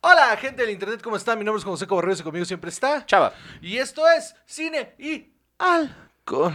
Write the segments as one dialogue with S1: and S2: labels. S1: Hola, gente del internet, ¿cómo están? Mi nombre es José Cabarrero y conmigo siempre está.
S2: Chava.
S1: Y esto es Cine y Alcohol.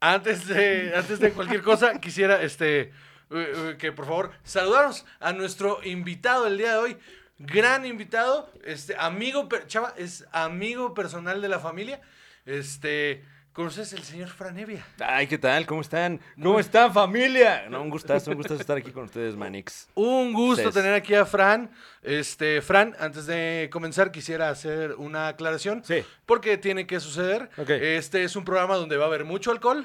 S1: Antes de, antes de cualquier cosa, quisiera este, eh, eh, que por favor saludarnos a nuestro invitado del día de hoy. Gran invitado, este, amigo, per- chava, es amigo personal de la familia. Este, conoces el señor Franevia.
S2: Ay, ¿qué tal? ¿Cómo están? ¿Cómo están, familia? No, un gustazo, un gustazo estar aquí con ustedes, Manix.
S1: Un gusto
S2: Cés.
S1: tener aquí a Fran. Este, Fran, antes de comenzar, quisiera hacer una aclaración.
S2: Sí.
S1: Porque tiene que suceder.
S2: Ok.
S1: Este es un programa donde va a haber mucho alcohol.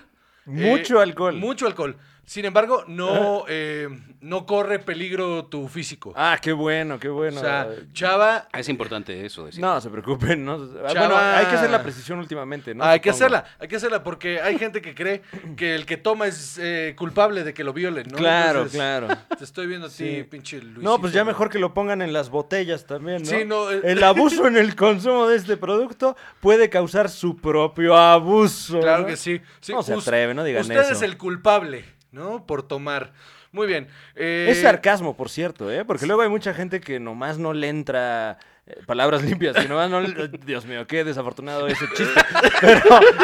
S1: Eh,
S2: Mucho alcohol.
S1: Mucho alcohol. Sin embargo, no, eh, no corre peligro tu físico.
S2: Ah, eh, qué bueno, qué bueno.
S1: o sea, Chava,
S3: Ah, Es importante eso, decir.
S2: no, se preocupen, ¿no? Ah, Bueno,
S1: Chava.
S2: hay que hacer la precisión últimamente, ¿no?
S1: hay que
S2: Supongo.
S1: hacerla, hay que hacerla porque hay gente que cree que el que toma es eh, culpable de que lo violen, ¿no?
S2: Claro,
S1: Entonces,
S2: claro.
S1: Te estoy viendo a ti,
S2: Sí.
S1: pinche Luis.
S2: No, pues ya mejor que lo pongan en las botellas también, ¿no?
S1: Sí, no, eh.
S2: El abuso en el consumo de este producto puede causar su propio abuso.
S1: Claro
S2: ¿no?
S1: que sí. sí,
S2: No se
S1: us-
S2: atreve, no digan
S1: usted
S2: eso.
S1: es el culpable, ¿no? Por tomar. Muy bien. eh,
S2: Es sarcasmo, por cierto, ¿eh? Porque luego hay mucha gente que nomás no le entra eh, palabras limpias, que nomás no le- eh, Dios mío, qué desafortunado ese chiste. Pero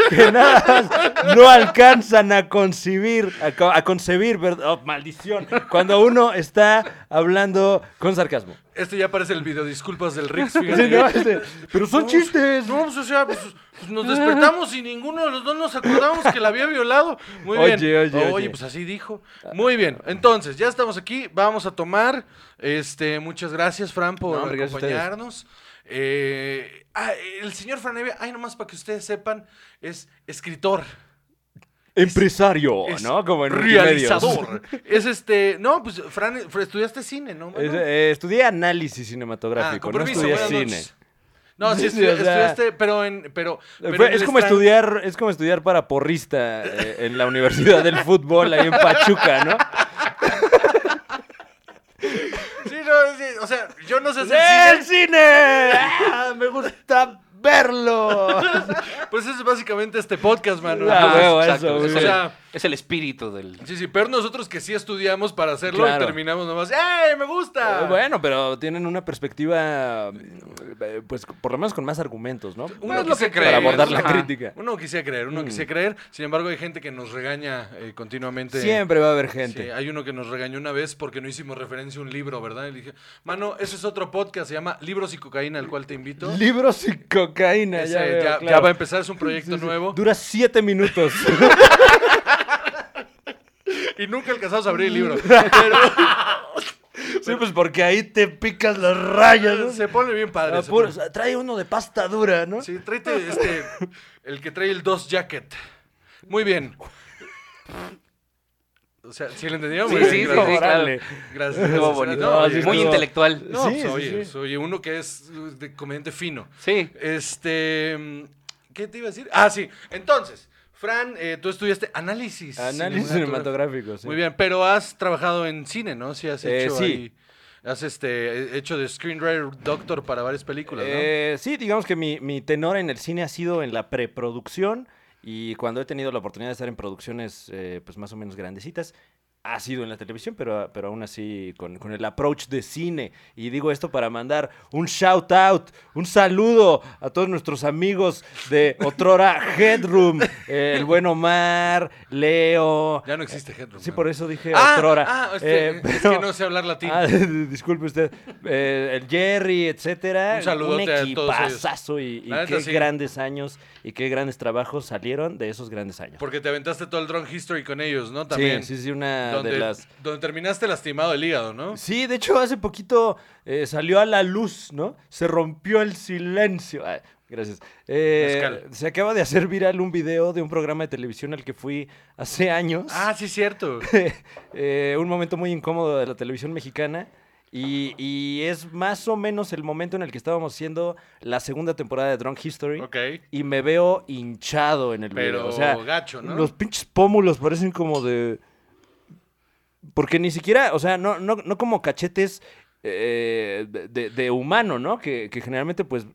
S2: que nada más no alcanzan a concebir, a, co- a concebir, ¿verdad? Oh, maldición, cuando uno está hablando con sarcasmo.
S1: Este ya parece el video disculpas del Rix,
S2: Sí,
S1: fíjate.
S2: ¿no? Este, Pero son
S1: No,
S2: chistes.
S1: No, pues, o sea, pues, pues, nos despertamos y ninguno de los dos nos acordábamos que la había violado. Muy
S2: Oye,
S1: bien.
S2: oye, oye.
S1: pues así dijo. Muy bien. Entonces, ya estamos aquí. Vamos a tomar. Este, muchas gracias, Fran, por
S2: No, hombre, gracias a ustedes.
S1: acompañarnos. Eh, ah, el señor Fran Evia, ay, nomás para que ustedes sepan, es escritor.
S2: Empresario,
S1: es
S2: ¿no? Como en multimedios.
S1: realizador. Es este. No, pues, Fran, Fran, estudiaste cine, ¿no? mano?
S2: Es, eh, estudié análisis
S1: Ah,
S2: cinematográfico,
S1: con
S2: no
S1: permiso,
S2: estudié
S1: buenas
S2: cine.
S1: noches. No, sí,
S2: Sí,
S1: estudia-
S2: o sea,
S1: estudiaste, pero en. Pero, pero
S2: Fue-
S1: en
S2: es
S1: el
S2: como
S1: extran-
S2: estudiar, es como estudiar para porrista eh, en la Universidad del Fútbol ahí en Pachuca, ¿no?
S1: Sí, no, sí, o sea, yo no sé si
S2: ¡El cine! ¡Ah, me gusta verlo.
S1: Pues es básicamente este podcast, mano.
S2: Ah, huevo,
S3: Exacto,
S2: eso,
S3: es,
S1: güey.
S3: el,
S1: O sea-
S3: es el espíritu del.
S1: Sí, sí, pero nosotros que sí estudiamos para hacerlo
S2: Claro.
S1: y terminamos nomás. ¡Ey, me gusta!
S2: Eh, Bueno, pero tienen una perspectiva, eh, pues por lo menos con más argumentos, ¿no?
S1: Uno
S3: es
S1: lo
S3: que
S1: que
S3: cree,
S1: cree,
S2: para abordar la
S3: Ajá.
S2: crítica. Mm.
S1: Uno quisiera creer, uno quisiera creer. Sin embargo, hay gente que nos regaña eh, continuamente.
S2: Siempre va a haber
S1: Sí,
S2: gente.
S1: hay uno que nos regañó una vez porque no hicimos referencia a un libro, ¿verdad? Y le dije, mano, ese es otro podcast, se llama Libros y Cocaína, al cual te invito.
S2: Libros y cocaína.
S1: Ese
S2: ya, veo,
S1: ya,
S2: claro.
S1: ya va a empezar, es un proyecto
S2: Sí, sí.
S1: nuevo.
S2: Dura siete minutos.
S1: Y nunca alcanzamos a abrir el libro. Pero
S2: sí, pues porque ahí te picas las rayas. ¿no?
S1: se pone bien padre.
S2: Ah,
S1: se
S2: puro-
S1: pone-
S2: trae uno de pasta dura, ¿no?
S1: Sí, tráete este, el que trae el 2 jacket. Muy bien. O sea, si lo entendieron, muy
S3: Sí,
S1: bien,
S3: sí,
S1: gracias.
S3: sí, claro.
S2: Órale.
S1: Gracias.
S3: Estuvo
S1: gracias.
S3: bonito.
S1: No, oye,
S2: sí,
S3: Muy
S2: estuvo-
S3: intelectual.
S1: no,
S2: Sí,
S1: pues,
S2: sí,
S1: oye,
S2: sí.
S1: oye, uno que es uh, de comediante fino.
S3: Sí.
S1: Este, mm, ¿qué te iba a decir? Ah, sí. Entonces, Fran, eh, tú estudiaste análisis.
S2: Análisis
S1: cinematográfico.
S2: cinematográfico, sí.
S1: Muy bien, pero has trabajado en cine, ¿no? Sí, has
S2: Eh,
S1: hecho
S2: sí.
S1: ahí- has este, eh, hecho de screenwriter doctor para varias películas, ¿no?
S2: Eh, sí, digamos que mi, mi tenor en el cine ha sido en la preproducción y cuando he tenido la oportunidad de estar en producciones eh, pues más o menos grandecitas, ha sido en la televisión, pero, pero aún así con, con el approach de cine. Y digo esto para mandar un shout out, un saludo a todos nuestros amigos de Otrora Headroom, eh, el buen Omar, Leo.
S1: ya no existe Headroom.
S2: Sí,
S1: ¿no?
S2: por eso dije
S1: Ah,
S2: Otrora.
S1: ah, este,
S2: Eh,
S1: es
S2: pero-
S1: que no sé hablar latín.
S2: Ah, disculpe usted. Eh, el Jerry, etcétera.
S1: Un saludote a todos ellos.
S2: equipazazo y, y
S1: La neta,
S2: qué
S1: sí.
S2: grandes años y qué grandes trabajos salieron de esos grandes años.
S1: Porque te aventaste todo el Drone History con ellos, ¿no? También.
S2: Sí, sí, sí, una
S1: donde,
S2: de las...
S1: donde terminaste lastimado el hígado, ¿no?
S2: Sí, de hecho, hace poquito eh, salió a la luz, ¿no? Se rompió el silencio. Ah, gracias. Eh,
S1: Mezcal.
S2: se acaba de hacer viral un video de un programa de televisión al que fui hace años.
S1: Ah, sí, cierto.
S2: eh, un momento muy incómodo de la televisión mexicana. Y, y es más o menos el momento en el que estábamos haciendo la segunda temporada de Drunk History.
S1: Ok.
S2: Y me veo hinchado en el
S1: Pero
S2: video. O sea,
S1: gacho, ¿no?
S2: los pinches pómulos parecen como de... Porque ni siquiera, o sea, no, no, no como cachetes eh, de, de- de humano, ¿no? Que, que generalmente pues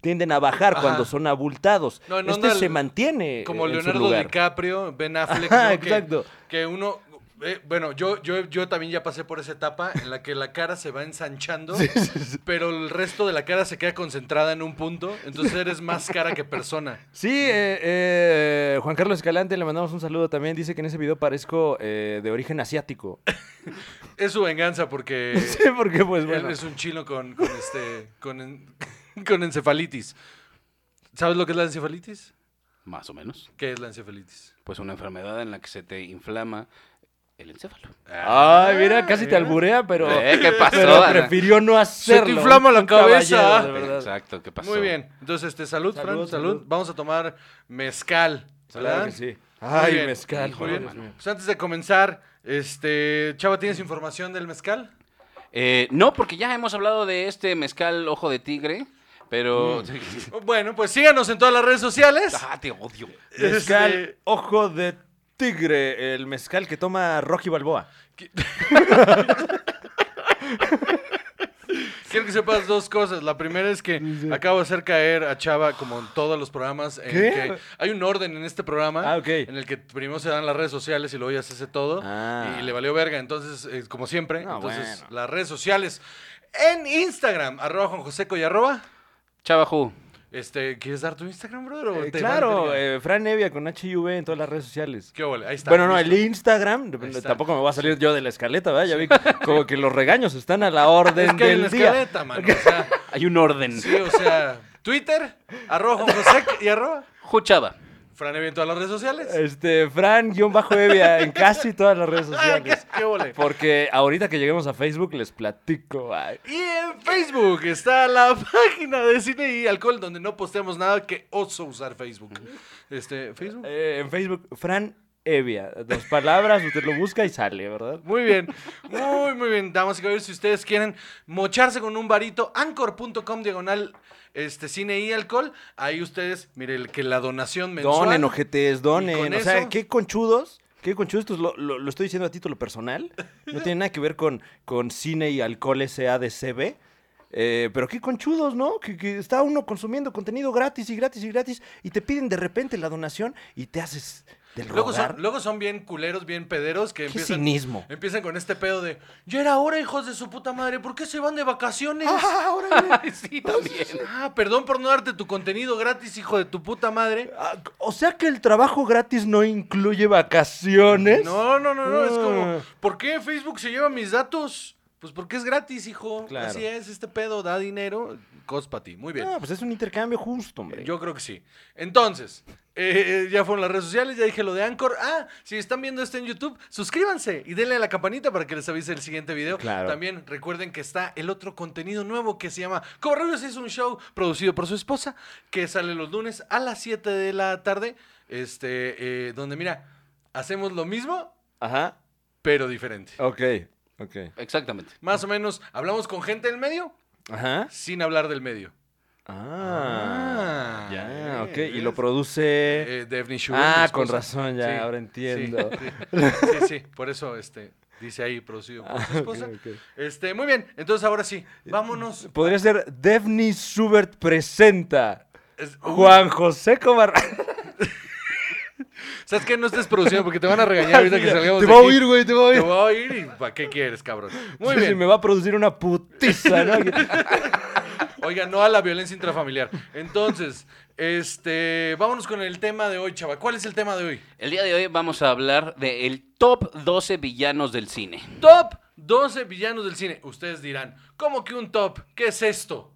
S2: tienden a bajar
S1: Ajá.
S2: cuando son abultados.
S1: No, en
S2: este
S1: onda
S2: se
S1: l-
S2: mantiene
S1: Como
S2: en su
S1: Leonardo
S2: lugar.
S1: DiCaprio, Ben Affleck,
S2: Ajá,
S1: ¿no? Que-
S2: exacto.
S1: Que, uno. eh, bueno, yo, yo, yo también ya pasé por esa etapa en la que la cara se va ensanchando, pero el resto de la cara se queda concentrada en un punto. Entonces eres más cara que persona.
S2: Sí, eh, eh, Juan Carlos Escalante, le mandamos un saludo también. Dice que en ese video parezco eh, de origen asiático.
S1: Es su venganza porque
S2: Sí, porque pues
S1: él
S2: bueno.
S1: es un chino con, con este. Con, en- con encefalitis. ¿Sabes lo que es la encefalitis?
S3: Más o menos.
S1: ¿Qué es la encefalitis?
S3: Pues una enfermedad en la que se te inflama el encéfalo.
S2: Ay, mira, casi te alburea, pero,
S3: Eh, ¿Qué pasó?
S2: pero
S3: Ana?
S2: prefirió no
S1: te
S2: hacerlo.
S1: inflama la
S2: Un caballero,
S1: cabeza.
S2: de verdad.
S3: Exacto, ¿qué pasó?
S1: Muy bien. Entonces, este, salud,
S2: Salud,
S1: Fran, salud.
S2: salud.
S1: Vamos a tomar mezcal.
S2: Claro
S1: ¿verdad?
S2: que sí.
S1: Muy
S2: Ay,
S1: bien.
S2: mezcal.
S1: Muy
S3: Híjole,
S1: bien.
S2: Dios mío.
S1: Pues antes de comenzar, este, Chava, ¿tienes información del mezcal?
S3: Eh, no, porque ya hemos hablado de este mezcal ojo de tigre, pero...
S1: Bueno, pues síganos en todas las redes sociales.
S3: Ah, te odio.
S1: Este,
S2: Mezcal, ojo de tigre, el mezcal que toma Rocky Balboa.
S1: quiero que sepas dos cosas. La primera es que acabo de hacer caer a Chava, como en todos los programas, en
S2: ¿Qué?
S1: que hay un orden en este programa
S2: Ah, ok.
S1: en el que primero se dan las redes sociales y luego ya se hace todo.
S2: Ah.
S1: Y le valió verga. Entonces, eh, como siempre,
S2: No,
S1: entonces
S2: bueno.
S1: las redes sociales en Instagram, arroba Juan Joseco y arroba.
S3: Chavajú.
S1: Este, ¿quieres dar tu Instagram, brother? o
S2: Eh,
S1: te
S2: claro,
S1: vale verga?
S2: eh, Fran Evia con HIV en todas las redes sociales.
S1: ¿Qué ole? Ahí está.
S2: Bueno, no,
S1: listo.
S2: el Instagram,
S1: está.
S2: tampoco me voy a salir yo de la escaleta, ¿verdad? Ya vi como que los regaños están a la orden
S1: Es que en la
S2: del día.
S1: escaleta, mano. O sea,
S3: Hay un orden.
S1: sí, o sea, Twitter, arroba Juan José y arroba
S3: Juchaba.
S1: Fran Evia en todas las redes sociales.
S2: Este, Fran-Evia en casi todas las redes
S1: Ah, ¿Qué,
S2: sociales.
S1: qué ole?
S2: Porque ahorita que lleguemos a Facebook les platico. ay.
S1: Y en Facebook está la página de cine y alcohol donde no posteamos nada que oso usar Facebook. Este, Facebook.
S2: Eh, en Facebook, Fran Evia. Dos palabras, usted lo busca y sale, ¿verdad?
S1: Muy bien, muy, muy bien, damas y caballeros. Si ustedes quieren mocharse con un varito, anchor.com diagonal este, cine y alcohol. Ahí ustedes, mire, el que la donación mensual.
S2: Donen, ojetes,
S1: Y con
S2: donen. O sea,
S1: eso-
S2: qué conchudos. Qué conchudos. Esto es lo, lo- lo estoy diciendo a título personal. No tiene nada que ver con, con cine y alcohol SADCB. Eh, pero qué conchudos, ¿no? Que, que está uno consumiendo contenido gratis y gratis y gratis y te piden de repente la donación y te haces del
S1: Luego
S2: rogar.
S1: son, luego son bien culeros, bien pederos que
S2: Qué
S1: empiezan,
S2: cinismo.
S1: empiezan con este pedo de ya era hora, hijos de su puta madre, ¿por qué se van de vacaciones?
S2: Ah, órale.
S3: Sí, también.
S1: Ah, perdón por no darte tu contenido gratis, hijo de tu puta madre.
S2: Ah, o sea que el trabajo gratis no incluye vacaciones.
S1: No, no, no, no, es como,
S2: Ah.
S1: ¿por qué Facebook se lleva mis datos? Pues porque es gratis, hijo.
S2: Claro.
S1: Así es, este pedo da dinero, cospa ti. Muy bien.
S2: Ah, pues es un intercambio justo, hombre.
S1: Yo creo que sí. Entonces, eh, eh, ya fueron las redes sociales, ya dije lo de Anchor. Ah, si están viendo esto en YouTube, suscríbanse y denle a la campanita para que les avise el siguiente video.
S2: Claro.
S1: También recuerden que está el otro contenido nuevo que se llama Cobarrubias es un show producido por su esposa que sale los lunes a las 7 de la tarde. Este, eh, donde mira, hacemos lo mismo,
S2: Ajá.
S1: pero diferente.
S2: Ok, ok.
S3: Exactamente.
S1: Más o menos, hablamos con gente del medio
S2: Ajá.
S1: sin hablar del medio.
S2: Ah,
S1: Ah,
S2: ya, ok.
S1: ¿ves?
S2: Y lo produce.
S1: Eh, Daphne Shu, mi
S2: ah,
S1: esposa.
S2: con razón, ya,
S1: Sí,
S2: ahora entiendo.
S1: Sí, sí, sí, sí, por eso este, dice ahí producido por su esposa.
S2: Ah, ok, ok.
S1: Este, muy bien, entonces ahora sí, vámonos.
S2: Podría ser Daphne Schubert presenta
S1: Es- uy,
S2: Juan José Cobar.
S1: ¿Sabes qué? No estés produciendo porque te van a regañar ahorita que salgamos
S2: te
S1: de
S2: va a
S1: aquí.
S2: oír, güey, te va a
S1: Te
S2: oír.
S1: voy a oír y ¿para qué quieres, cabrón? Muy
S2: Sí, sí,
S1: bien.
S2: me va a producir una putiza, ¿no?
S1: Oiga, no a la violencia intrafamiliar. Entonces, este, vámonos con el tema de hoy, chava. ¿Cuál es el tema de hoy?
S3: El día de hoy vamos a hablar del top 12 villanos del cine.
S1: Top 12 villanos del cine. Ustedes dirán, ¿cómo que un top? ¿Qué es esto?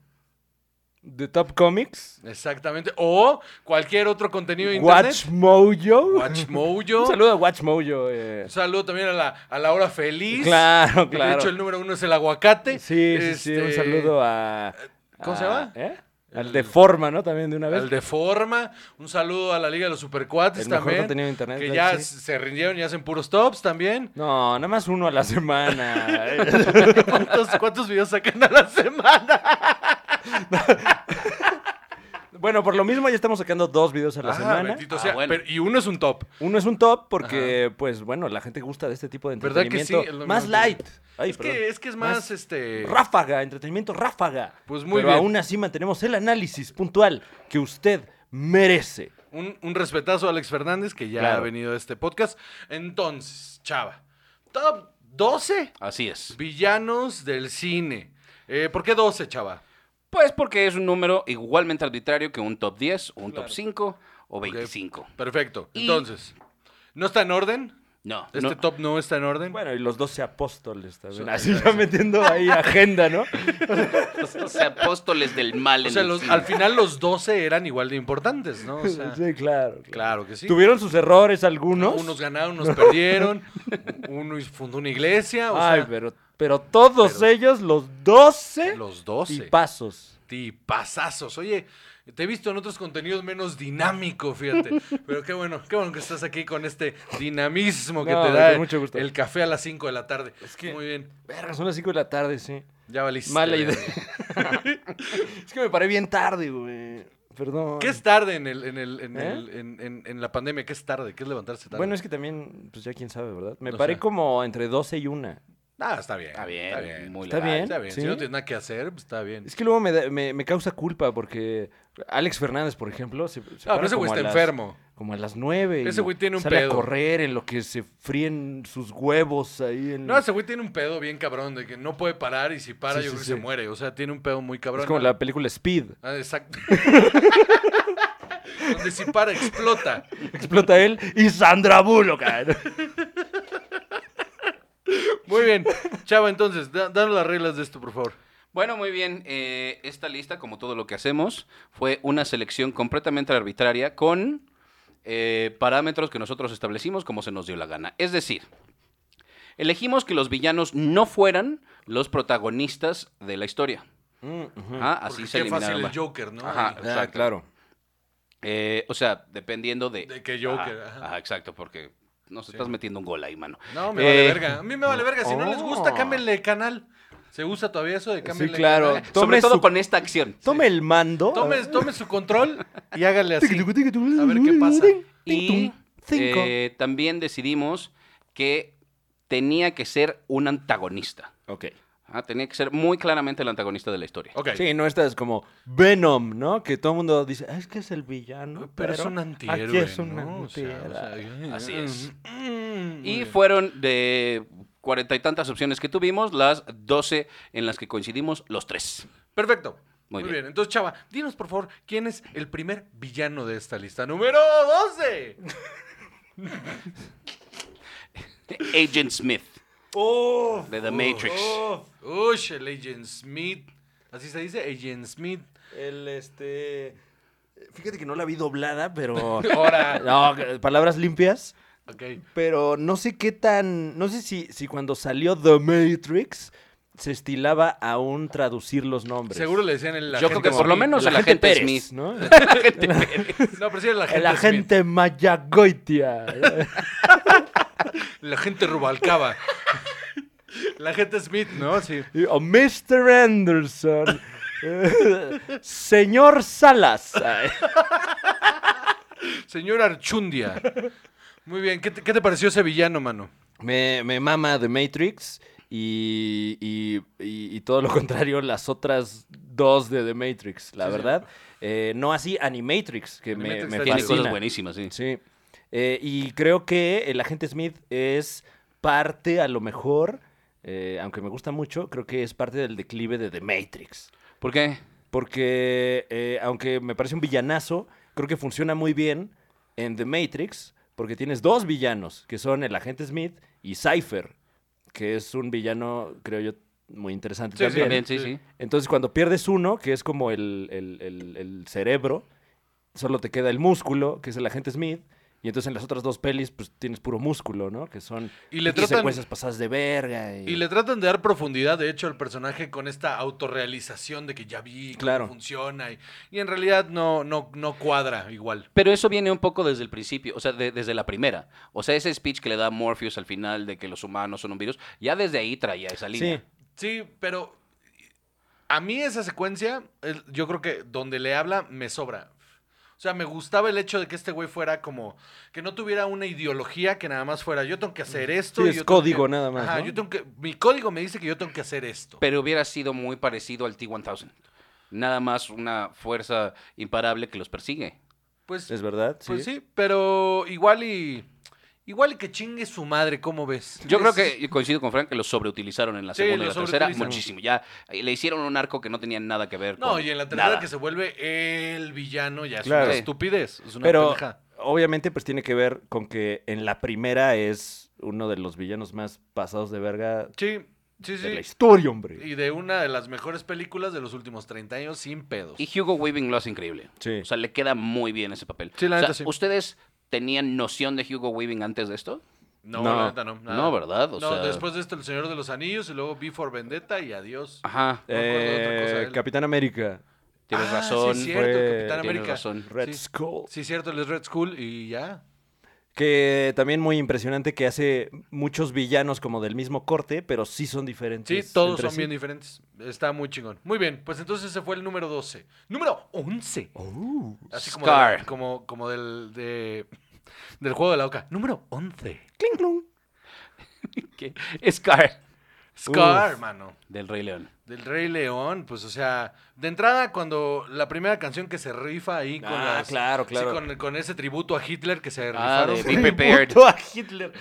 S2: The Top Comics.
S1: Exactamente. O cualquier otro contenido de internet.
S2: Watch Mojo.
S1: Watchmojo.
S2: Un saludo a Watch Mojo. eh.
S1: Un saludo también a la, a la hora feliz.
S2: Claro,
S1: Que De hecho,
S2: claro.
S1: el número uno es el aguacate.
S2: Sí, sí, sí, un
S1: Este,
S2: saludo a.
S1: ¿Cómo se
S2: a-
S1: llama?
S2: ¿eh? Al de forma, ¿no? También de una vez.
S1: Al de forma. Un saludo a la Liga de los Supercuates
S2: El mejor
S1: también.
S2: contenido de internet,
S1: que
S2: claro
S1: ya
S2: que sí.
S1: se rindieron y hacen puros tops también.
S2: No, nada más uno a la semana.
S1: ¿Cuántos, cuántos videos sacan a la semana?
S2: bueno, por lo mismo ya estamos sacando dos videos a la
S1: Ah,
S2: semana.
S1: bendito
S3: Ah,
S1: sea.
S3: bueno.
S1: Pero- y uno es un top.
S2: Uno es un top porque, pues bueno, la gente gusta de este tipo de
S1: ¿Verdad que sí?
S2: entretenimiento.
S1: Es lo
S2: Más
S1: mismo que-
S2: light. Ay,
S1: es,
S2: perdón.
S1: que, es que es más, este.
S2: Ráfaga, entretenimiento ráfaga.
S1: Pues muy
S2: Pero
S1: bien.
S2: aún así mantenemos el análisis puntual que usted merece.
S1: Un, un respetazo a Alex Fernández, que ya
S2: Claro.
S1: ha venido a este podcast. Entonces, chava. Top 12
S3: Así es.
S1: villanos del cine. Eh, ¿Por qué 12, chava?
S3: Pues porque es un número igualmente arbitrario que un top 10, un top 5 o 25.
S1: Perfecto.
S3: Y-
S1: Entonces, ¿no está en orden?
S3: No,
S1: Este
S3: no.
S1: top no está en orden.
S2: Bueno, y los 12 apóstoles también. Así ya metiendo ahí agenda, ¿no?
S3: o sea, apóstoles del mal.
S1: o
S3: en
S1: sea,
S3: el
S1: los-
S3: cine.
S1: al final los 12 eran igual de importantes, ¿no? O sea,
S2: sí, claro.
S1: claro que sí.
S2: ¿Tuvieron sus errores algunos?
S1: Unos ganaron, unos perdieron. Uno hizo- fundó una iglesia. O
S2: Ay,
S1: sea,
S2: pero, pero todos
S1: pero-
S2: ellos, los 12
S1: los 12.
S2: y pasos.
S1: tipazazos. Oye, te he visto en otros contenidos menos dinámico, fíjate. Pero qué bueno, qué bueno que estás aquí con este dinamismo que
S2: No,
S1: te da
S2: con mucho gusto.
S1: el café a las 5 de la tarde.
S2: Es que-
S1: Muy bien,
S2: Verga, son las 5 de la tarde, sí.
S1: ya valiste.
S2: Mala
S1: verga.
S2: idea. es que me paré bien tarde, güey. Perdón.
S1: ¿Qué es tarde en, el, en, el, en,
S2: ¿Eh?
S1: el- en- en- en la pandemia? ¿Qué es tarde? ¿Qué es levantarse tarde?
S2: Bueno, es que también, pues ya quién sabe, ¿verdad? Me
S1: O
S2: paré
S1: sea.
S2: como entre 12 y 1.
S1: Ah, está bien.
S3: Está bien, muy
S2: Está
S3: legal.
S2: bien.
S1: Está bien.
S2: ¿sí?
S1: Si no tienes nada que hacer, pues está bien.
S2: Es que luego me, da- me, me causa culpa porque Alex Fernández, por ejemplo, se, se
S1: Ah,
S2: para
S1: pero ese güey
S2: como a
S1: está
S2: las- mm.
S1: enfermo.
S2: Como a las 9.
S1: Ese güey tiene un
S2: sale
S1: pedo.
S2: a correr en lo que se fríen sus huevos ahí. En...
S1: No, ese güey tiene un pedo bien cabrón de que no puede parar y si para
S2: Sí,
S1: yo
S2: sí,
S1: creo que
S2: sí.
S1: se muere. O sea, tiene un pedo muy cabrón.
S2: es como la película Speed.
S1: Ah, exacto. Donde si para, explota.
S2: Explota él y Sandra Bullock. ah,
S1: Muy bien. Chava, entonces, da- danos las reglas de esto, por favor.
S3: Bueno, muy bien. eh, esta lista, como todo lo que hacemos, fue una selección completamente arbitraria con eh, parámetros que nosotros establecimos como se nos dio la gana. Es decir, elegimos que los villanos no fueran los protagonistas de la historia.
S1: Mm,
S2: Ah,
S3: Ajá, así
S1: Porque
S3: se
S1: qué fácil
S3: eliminaron.
S1: el
S3: va-
S1: Joker, ¿no?
S3: Ajá,
S1: Y-
S3: exacto.
S2: claro.
S3: Eh, o sea, dependiendo de...
S1: De qué Joker,
S3: Ajá,
S1: ajá.
S3: ajá, exacto, porque nos estás metiendo un gol ahí, mano.
S1: No, me vale
S3: Eh,
S1: verga. A mí me vale verga. Si no les gusta,
S2: oh.
S1: cámbienle de canal. ¿Se usa todavía eso de cámbienle de
S2: claro.
S1: canal?
S2: Tome
S3: Sobre todo
S2: su-
S3: con esta acción.
S2: Tome el mando.
S1: Tome, tome su control y hágale así.
S2: A
S1: A ver qué pasa.
S3: Y
S2: Cinco.
S3: eh, también decidimos que tenía que ser un antagonista.
S2: Ok.
S3: Ah, tenía que ser muy claramente el antagonista de la historia.
S1: Ok.
S2: Sí, no estás como Venom, ¿no? Que todo el mundo dice, "Ah, es que es el villano.
S1: Pero, es un antihéroe,
S2: Aquí es un
S1: ¿no? O sea,
S2: antihéroe.
S1: o sea,
S3: Así es.
S1: Mm,
S3: Y fueron de cuarenta y tantas opciones que tuvimos, las doce en las que coincidimos los tres.
S1: Perfecto. Muy,
S3: Muy
S1: bien.
S3: bien.
S1: Entonces, Chava, dinos por favor, ¿quién es el primer villano de esta lista? ¡Número 12!
S3: Agent Smith,
S2: ¡Uf!
S3: de The Matrix.
S1: Oh,
S2: ¡Uf!
S1: Ush, el Agent Smith. Así se dice, Agent Smith.
S2: El este. Fíjate que no la vi doblada, pero.
S1: Ahora.
S2: no, que- palabras limpias.
S1: Ok.
S2: Pero no sé qué tan. No sé si, si cuando salió The Matrix se estilaba aún traducir los nombres.
S1: Seguro le decían el
S3: Yo
S1: agente
S3: creo que por lo
S1: Smith.
S3: menos el, agente Smith.
S2: ¿no?
S1: No, pero sí era el agente
S2: El agente Mayagoitia.
S1: Smith. El agente Rubalcaba. el agente Smith, ¿no? Sí.
S2: Y- O Mr. Anderson. Eh, Señor Salas.
S1: Señor Archundia. Muy bien. ¿Qué te, qué te pareció ese villano, mano?
S2: Me, me mama The Matrix y, y- y- y todo lo contrario, las otras dos de The Matrix, la
S1: Sí, sí.
S2: verdad. Eh, no así Animatrix, que me,
S1: Animatrix
S2: me
S1: está
S3: Tiene
S1: Fascina.
S3: cosas
S2: fascina.
S3: buenísimas, sí.
S2: Sí. Eh, y creo que el agente Smith es parte, a lo mejor, eh, aunque me gusta mucho, creo que es parte del declive de The Matrix.
S3: ¿Por qué?
S2: Porque eh, aunque me parece un villanazo, creo que funciona muy bien en The Matrix, porque tienes dos villanos, que son el agente Smith y Cypher, que es un villano, creo yo, muy interesante
S1: Sí, sí,
S2: también.
S3: También, sí, sí.
S2: Entonces cuando pierdes uno, que es como el, el- el- el cerebro, solo te queda el músculo, que es el agente Smith, Y entonces en las otras dos pelis, pues tienes puro músculo, ¿no? Que son
S1: Y le
S2: pinches
S1: tratan-
S2: secuencias pasadas de verga. Y,
S1: Y le tratan de dar profundidad, de hecho, al personaje con esta autorrealización de que ya vi cómo
S2: Claro.
S1: funciona. Y, y en realidad no, no, no cuadra igual.
S3: Pero eso viene un poco desde el principio, o sea, de- desde la primera. O sea, ese speech que le da Morpheus al final de que los humanos son un virus, ya desde ahí traía esa línea.
S2: Sí.
S1: Sí, pero a mí esa secuencia, el- yo creo que donde le habla, me sobra. O sea, me gustaba el hecho de que este güey fuera como que no tuviera una ideología que nada más fuera yo tengo que hacer esto.
S2: Sí,
S1: y
S2: es
S1: yo tengo
S2: código
S1: que-
S2: nada más,
S1: Ajá,
S2: ¿no?
S1: yo tengo que. Mi código me dice que yo tengo que hacer esto.
S3: Pero hubiera sido muy parecido al T-1000. Nada más una fuerza imparable que los persigue.
S1: pues,
S2: Es verdad, sí.
S1: pues sí, pero igual y. Igual y que chingue su madre, ¿cómo ves?
S3: Yo creo
S1: Es-
S3: que yo coincido con Frank que los sobreutilizaron en la
S1: Sí,
S3: segunda y
S1: los
S3: la tercera
S1: sobreutilizan.
S3: muchísimo. Ya eh, le hicieron un arco que no tenía nada que ver
S1: No,
S3: con
S1: y en la tercera
S3: nada.
S1: que se vuelve el villano ya es
S2: Claro.
S1: una estupidez. Es una
S2: Pero
S1: pendeja.
S2: obviamente pues tiene que ver con que en la primera es uno de los villanos más pasados de verga
S1: Sí, sí,
S2: de la
S1: sí.
S2: historia, hombre.
S1: Y de una de las mejores películas de los últimos 30 años sin pedos.
S3: Y Hugo Weaving lo hace increíble.
S2: Sí.
S3: O sea, le queda muy bien ese papel.
S1: Sí, la
S3: O sea,
S1: neta sí.
S3: ¿Ustedes tenían noción de Hugo Weaving antes de esto?
S1: No,
S2: No.
S1: la neta no. nada.
S3: No, ¿verdad? O
S1: no,
S3: sea-
S1: después de esto El Señor de los Anillos y luego Before Vendetta y adiós.
S3: Ajá,
S1: No me acuerdo de otra cosa de
S2: Eh,
S1: él.
S2: Capitán América,
S3: Ah, tienes
S1: Ah,
S3: razón.
S1: Sí, cierto, el
S2: fue-
S1: Capitán
S3: tienes
S1: América.
S3: razón.
S2: Red
S1: Sí.
S2: Skull.
S1: Sí, cierto, el es Red Skull y ya.
S2: Que también muy impresionante que hace muchos villanos como del mismo corte, pero sí son
S1: Sí,
S2: diferentes.
S1: todos
S2: entre
S1: son
S2: sí.
S1: bien diferentes. Está muy chingón. Muy bien, pues entonces ese fue el número 12. Número 11.
S2: Oh.
S1: Así como, de la-
S3: Scar.
S1: como, como del, de- del juego de la oca. Número 11.
S2: Cling, clong.
S3: ¿Qué? Scar.
S1: Scar,
S2: Uf.
S1: mano.
S3: Del Rey León.
S1: Del Rey León, pues, o sea, de entrada, cuando la primera canción que se rifa ahí con
S2: Ah,
S1: las-
S2: claro,
S1: sí,
S2: claro.
S1: con, con ese tributo a Hitler que se
S3: Ah,
S1: rifaron.
S3: de
S1: fue-
S3: Be Prepared.
S2: Tributo a Hitler.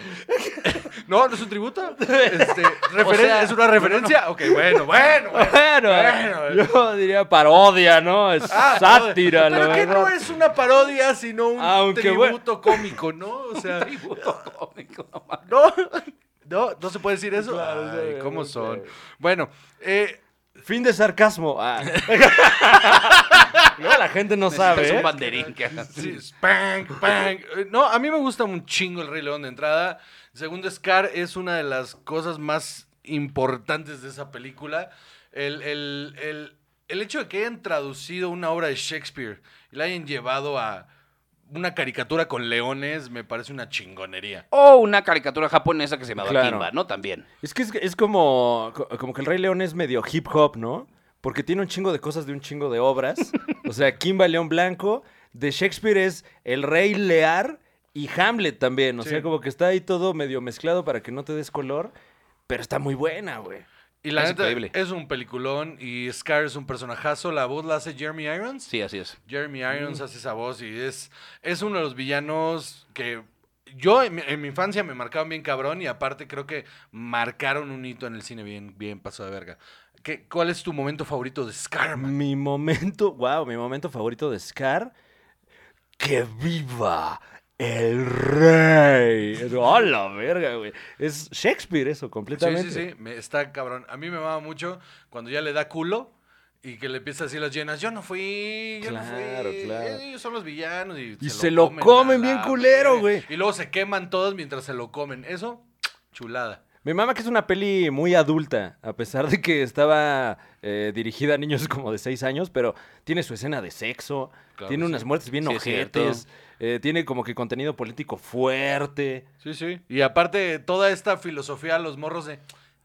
S1: No, no es un tributo. Este, referen-
S3: sea,
S1: ¿Es una referencia? Ok, bueno, bueno, bueno.
S2: Bueno,
S1: Bueno.
S2: yo diría parodia, ¿no? Es
S1: Ah,
S2: sátira, la
S1: Pero que
S2: verdad.
S1: no es una parodia, sino un
S2: Aunque bueno.
S1: tributo cómico, ¿no? O sea,
S3: Tributo cómico, no mames.
S1: no, no, no se puede decir eso.
S2: Claro,
S1: Ay,
S2: sí,
S1: ¿Cómo
S2: sí.
S1: son? Bueno, eh,
S2: Fin de sarcasmo. Ah. Luego la gente no sabe.
S3: Necesitas un
S2: ¿eh?
S3: banderín. que haga así.
S1: Sí, spang, spang. Eh, No, a mí me gusta un chingo el Rey León de entrada. Segundo, Scar es una de las cosas más importantes de esa película. El, el- el- el hecho de que hayan traducido una obra de Shakespeare y la hayan llevado a una caricatura con leones me parece una chingonería.
S3: O una caricatura japonesa que se llamaba
S2: Claro.
S3: Kimba, ¿no? También.
S2: Es que es, es como, co- como que el Rey León es medio hip hop, ¿no? Porque tiene un chingo de cosas de un chingo de obras. O sea, Kimba León Blanco, de Shakespeare es El Rey Lear y Hamlet también. O
S1: Sí.
S2: sea, como que está ahí todo medio mezclado para que no te des color. Pero está muy buena, güey.
S1: Y la
S3: Es
S1: neta
S3: increíble.
S1: es un peliculón y Scar es un personajazo. La voz la hace Jeremy Irons.
S3: Sí, así es.
S1: Jeremy
S2: Mm.
S1: Irons hace esa voz y es, es uno de los villanos que yo en mi, en mi infancia me marcaron bien cabrón y aparte creo que marcaron un hito en el cine bien, bien pasado de verga. ¿Qué, ¿Cuál es tu momento favorito de Scarman?
S2: Mi momento, wow, mi momento favorito de Scar. ¡Que viva el rey! ¡A la verga, güey! Es Shakespeare eso,
S1: Sí,
S2: completamente.
S1: sí, sí, me- está cabrón. A mí me mama mucho cuando ya le da culo y que le empieza a decir las llenas, yo no fui, yo no
S2: Claro,
S1: fui,
S2: claro.
S1: ellos son los villanos. Y,
S2: Y se lo comen
S1: a la
S2: bien
S1: verga.
S2: culero, güey.
S1: Y luego se queman todos mientras se lo comen. Eso, chulada.
S2: Mi mamá que es una peli muy adulta, a pesar de que estaba eh, dirigida a niños como de 6 años, pero tiene su escena de sexo,
S1: Claro
S2: tiene
S1: que
S2: unas
S1: sí.
S2: muertes bien
S3: Sí, es cierto.
S2: ojetes, eh, tiene como que contenido político fuerte.
S1: Sí, sí. Y aparte, toda esta filosofía, los morros de.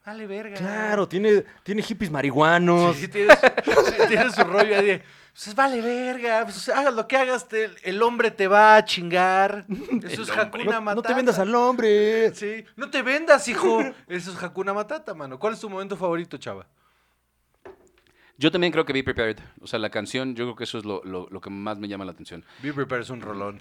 S1: Dale verga.
S2: Claro, tiene, tiene hippies marihuanos.
S1: Mm. Sí, sí, tienes, sí, tienes su rollo ahí de. Pues vale verga. Pues, hagas lo que hagas, te- el hombre te va a chingar. Eso es Hakuna
S2: no,
S1: Matata.
S2: no te vendas al hombre.
S1: Sí, no te vendas, hijo. Eso es Hakuna Matata, mano. ¿Cuál es tu momento favorito, chava?
S3: Yo también creo que Be Prepared. O sea, la canción, yo creo que eso es lo, lo- lo que más me llama la atención.
S1: Be Prepared es un rolón.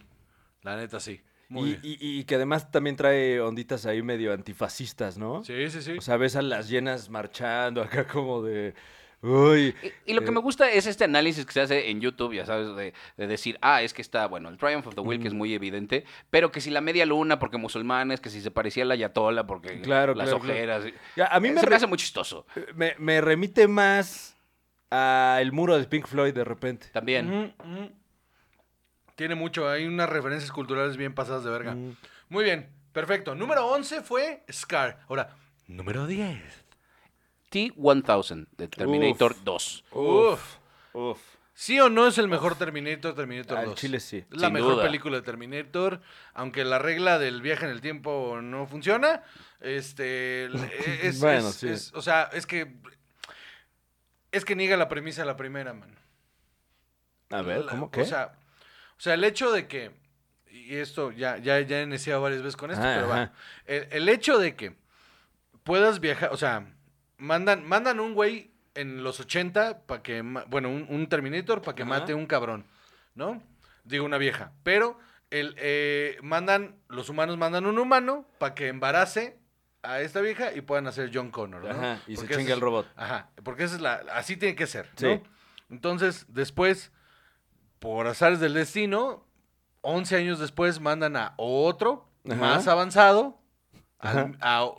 S1: La neta, sí. Muy
S2: Y,
S1: bien.
S2: y- y que además también trae onditas ahí medio antifascistas, ¿no?
S1: Sí, sí, sí.
S2: O sea, ves a las llenas marchando acá como de... Uy,
S3: Y, y lo que me gusta es este análisis que se hace en YouTube, ya sabes, de, de decir, ah, es que está, bueno, el Triumph of the Will, que es muy evidente, pero que si la media luna porque musulmanes, que si se parecía a la Ayatollah porque
S2: Claro,
S3: las
S2: claro, claro.
S3: ojeras.
S2: Ya, a mí
S1: Eh,
S2: me
S3: Eh, Se
S2: re-
S3: me hace muy chistoso.
S2: Me, me remite más a el muro de Pink Floyd de repente.
S3: También.
S1: Ujú, ujú. Tiene mucho, hay unas referencias culturales bien pasadas de verga.
S2: Mm.
S1: Muy bien, perfecto. Número 11 fue Scar. Ahora, número 10.
S3: T-1000 de Terminator 2.
S1: Uf.
S2: Uf.
S1: ¿Sí o no es el mejor Terminator, Terminator
S2: Al
S1: 2?
S2: chile sí.
S1: Es la
S3: Sin
S1: mejor
S3: duda.
S1: película de Terminator, aunque la regla del viaje en el tiempo no funciona. Este, el- es,
S2: Bueno,
S1: es-
S2: sí.
S1: es- o sea, es que es que niega la premisa de la primera, man.
S2: A ver,
S1: La-
S2: ¿cómo qué?
S1: O sea, o sea, el hecho de que y esto ya ya ya he iniciado varias veces con esto,
S2: Ah,
S1: pero va.
S2: ajá.
S1: El, el hecho de que puedas viajar, o sea, mandan mandan un güey en los 80 para que ma- bueno, un, un Terminator para que
S2: Ajá.
S1: mate un cabrón, ¿no? Digo una vieja, pero el eh, mandan los humanos mandan un humano para que embarace a esta vieja y puedan hacer John Connor, ¿no?
S2: Ajá, y se
S1: Porque esa
S2: chinga
S1: es-
S2: el robot.
S1: Ajá, porque esa es la, así tiene que ser,
S2: Sí.
S1: ¿no? Entonces, después, por azares del destino, 11 años después mandan a otro
S2: Ajá.
S1: más avanzado, al-
S2: Ajá.
S1: a-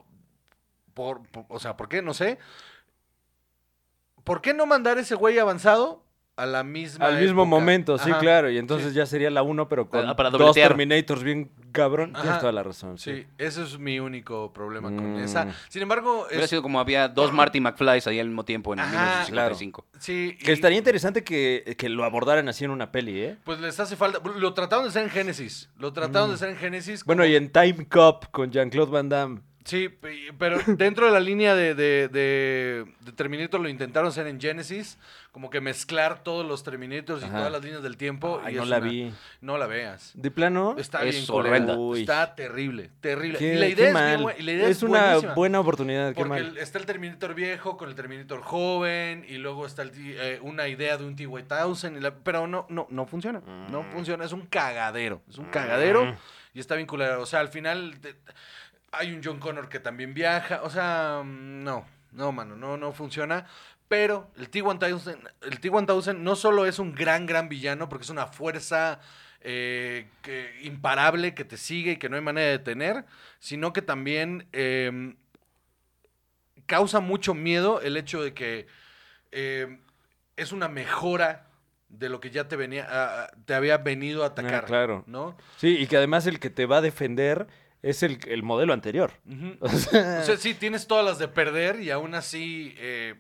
S1: por, por- o sea, ¿por qué? No sé. ¿Por qué no mandar ese güey avanzado a la misma
S2: Al mismo
S1: época?
S2: momento, sí,
S1: Ajá, Eh,
S2: claro. Y entonces ya sería la 1, pero con
S3: Ah, para
S2: dos
S3: dobletear.
S2: Terminators bien cabrón.
S1: Ajá.
S2: Tienes toda la razón. Sí.
S1: Sí, ese es mi único problema con
S2: Mm.
S1: esa. Sin embargo,
S3: Hubiera
S1: es-
S3: sido como había dos Marty McFlys ahí al mismo tiempo en el
S1: Ajá,
S3: 1955.
S1: sí,
S2: Que
S1: y-
S2: estaría interesante que, que lo abordaran así en una peli, ¿eh?
S1: Pues les hace falta. Lo trataron de hacer en Génesis. Lo trataron de hacer en Génesis.
S2: Mm. Bueno,
S1: como-
S2: y en Time Cop con Jean-Claude Van Damme.
S1: Sí, pe- pero dentro de la línea de, de- de- de Terminator lo intentaron hacer en Genesis, como que mezclar todos los Terminators y
S2: Ajá.
S1: todas las líneas del tiempo.
S2: Ay,
S1: y
S2: no
S1: es
S2: la
S1: una-
S2: vi.
S1: No la veas.
S2: ¿De plano?
S1: Está
S3: Es
S1: bien horrenda.
S3: horrenda.
S2: Uy.
S1: Está terrible, terrible. y
S2: Qué-
S1: la
S2: qué
S1: idea es bien
S2: mal.
S1: bue- y la idea
S2: es
S1: es
S2: una
S1: buenísima.
S2: buena oportunidad, qué
S1: Porque
S2: mal.
S1: el- está el Terminator viejo con el Terminator joven y luego está el T- eh, una idea de un T-1000, y la- pero no, no, no funciona. No funciona, es un cagadero. Es un cagadero y está vinculado. O sea, al final te- hay un John Connor que también viaja. O sea, mm, no, no, mano, no, no funciona. Pero el T-1000 el T-1000 no solo es un gran, gran villano porque es una fuerza... eh, que- imparable que te sigue y que no hay manera de detener, sino que también em, causa mucho miedo el hecho de que eh, es una mejora de lo que ya te venía, a- a- te había venido a atacar.
S2: Ah, claro.
S1: ¿No?
S2: Sí, y que además el que te va a defender es el, el modelo anterior.
S1: Ujú.
S2: O sea,
S1: O sea, sí, tienes todas las de perder y aún así, eh,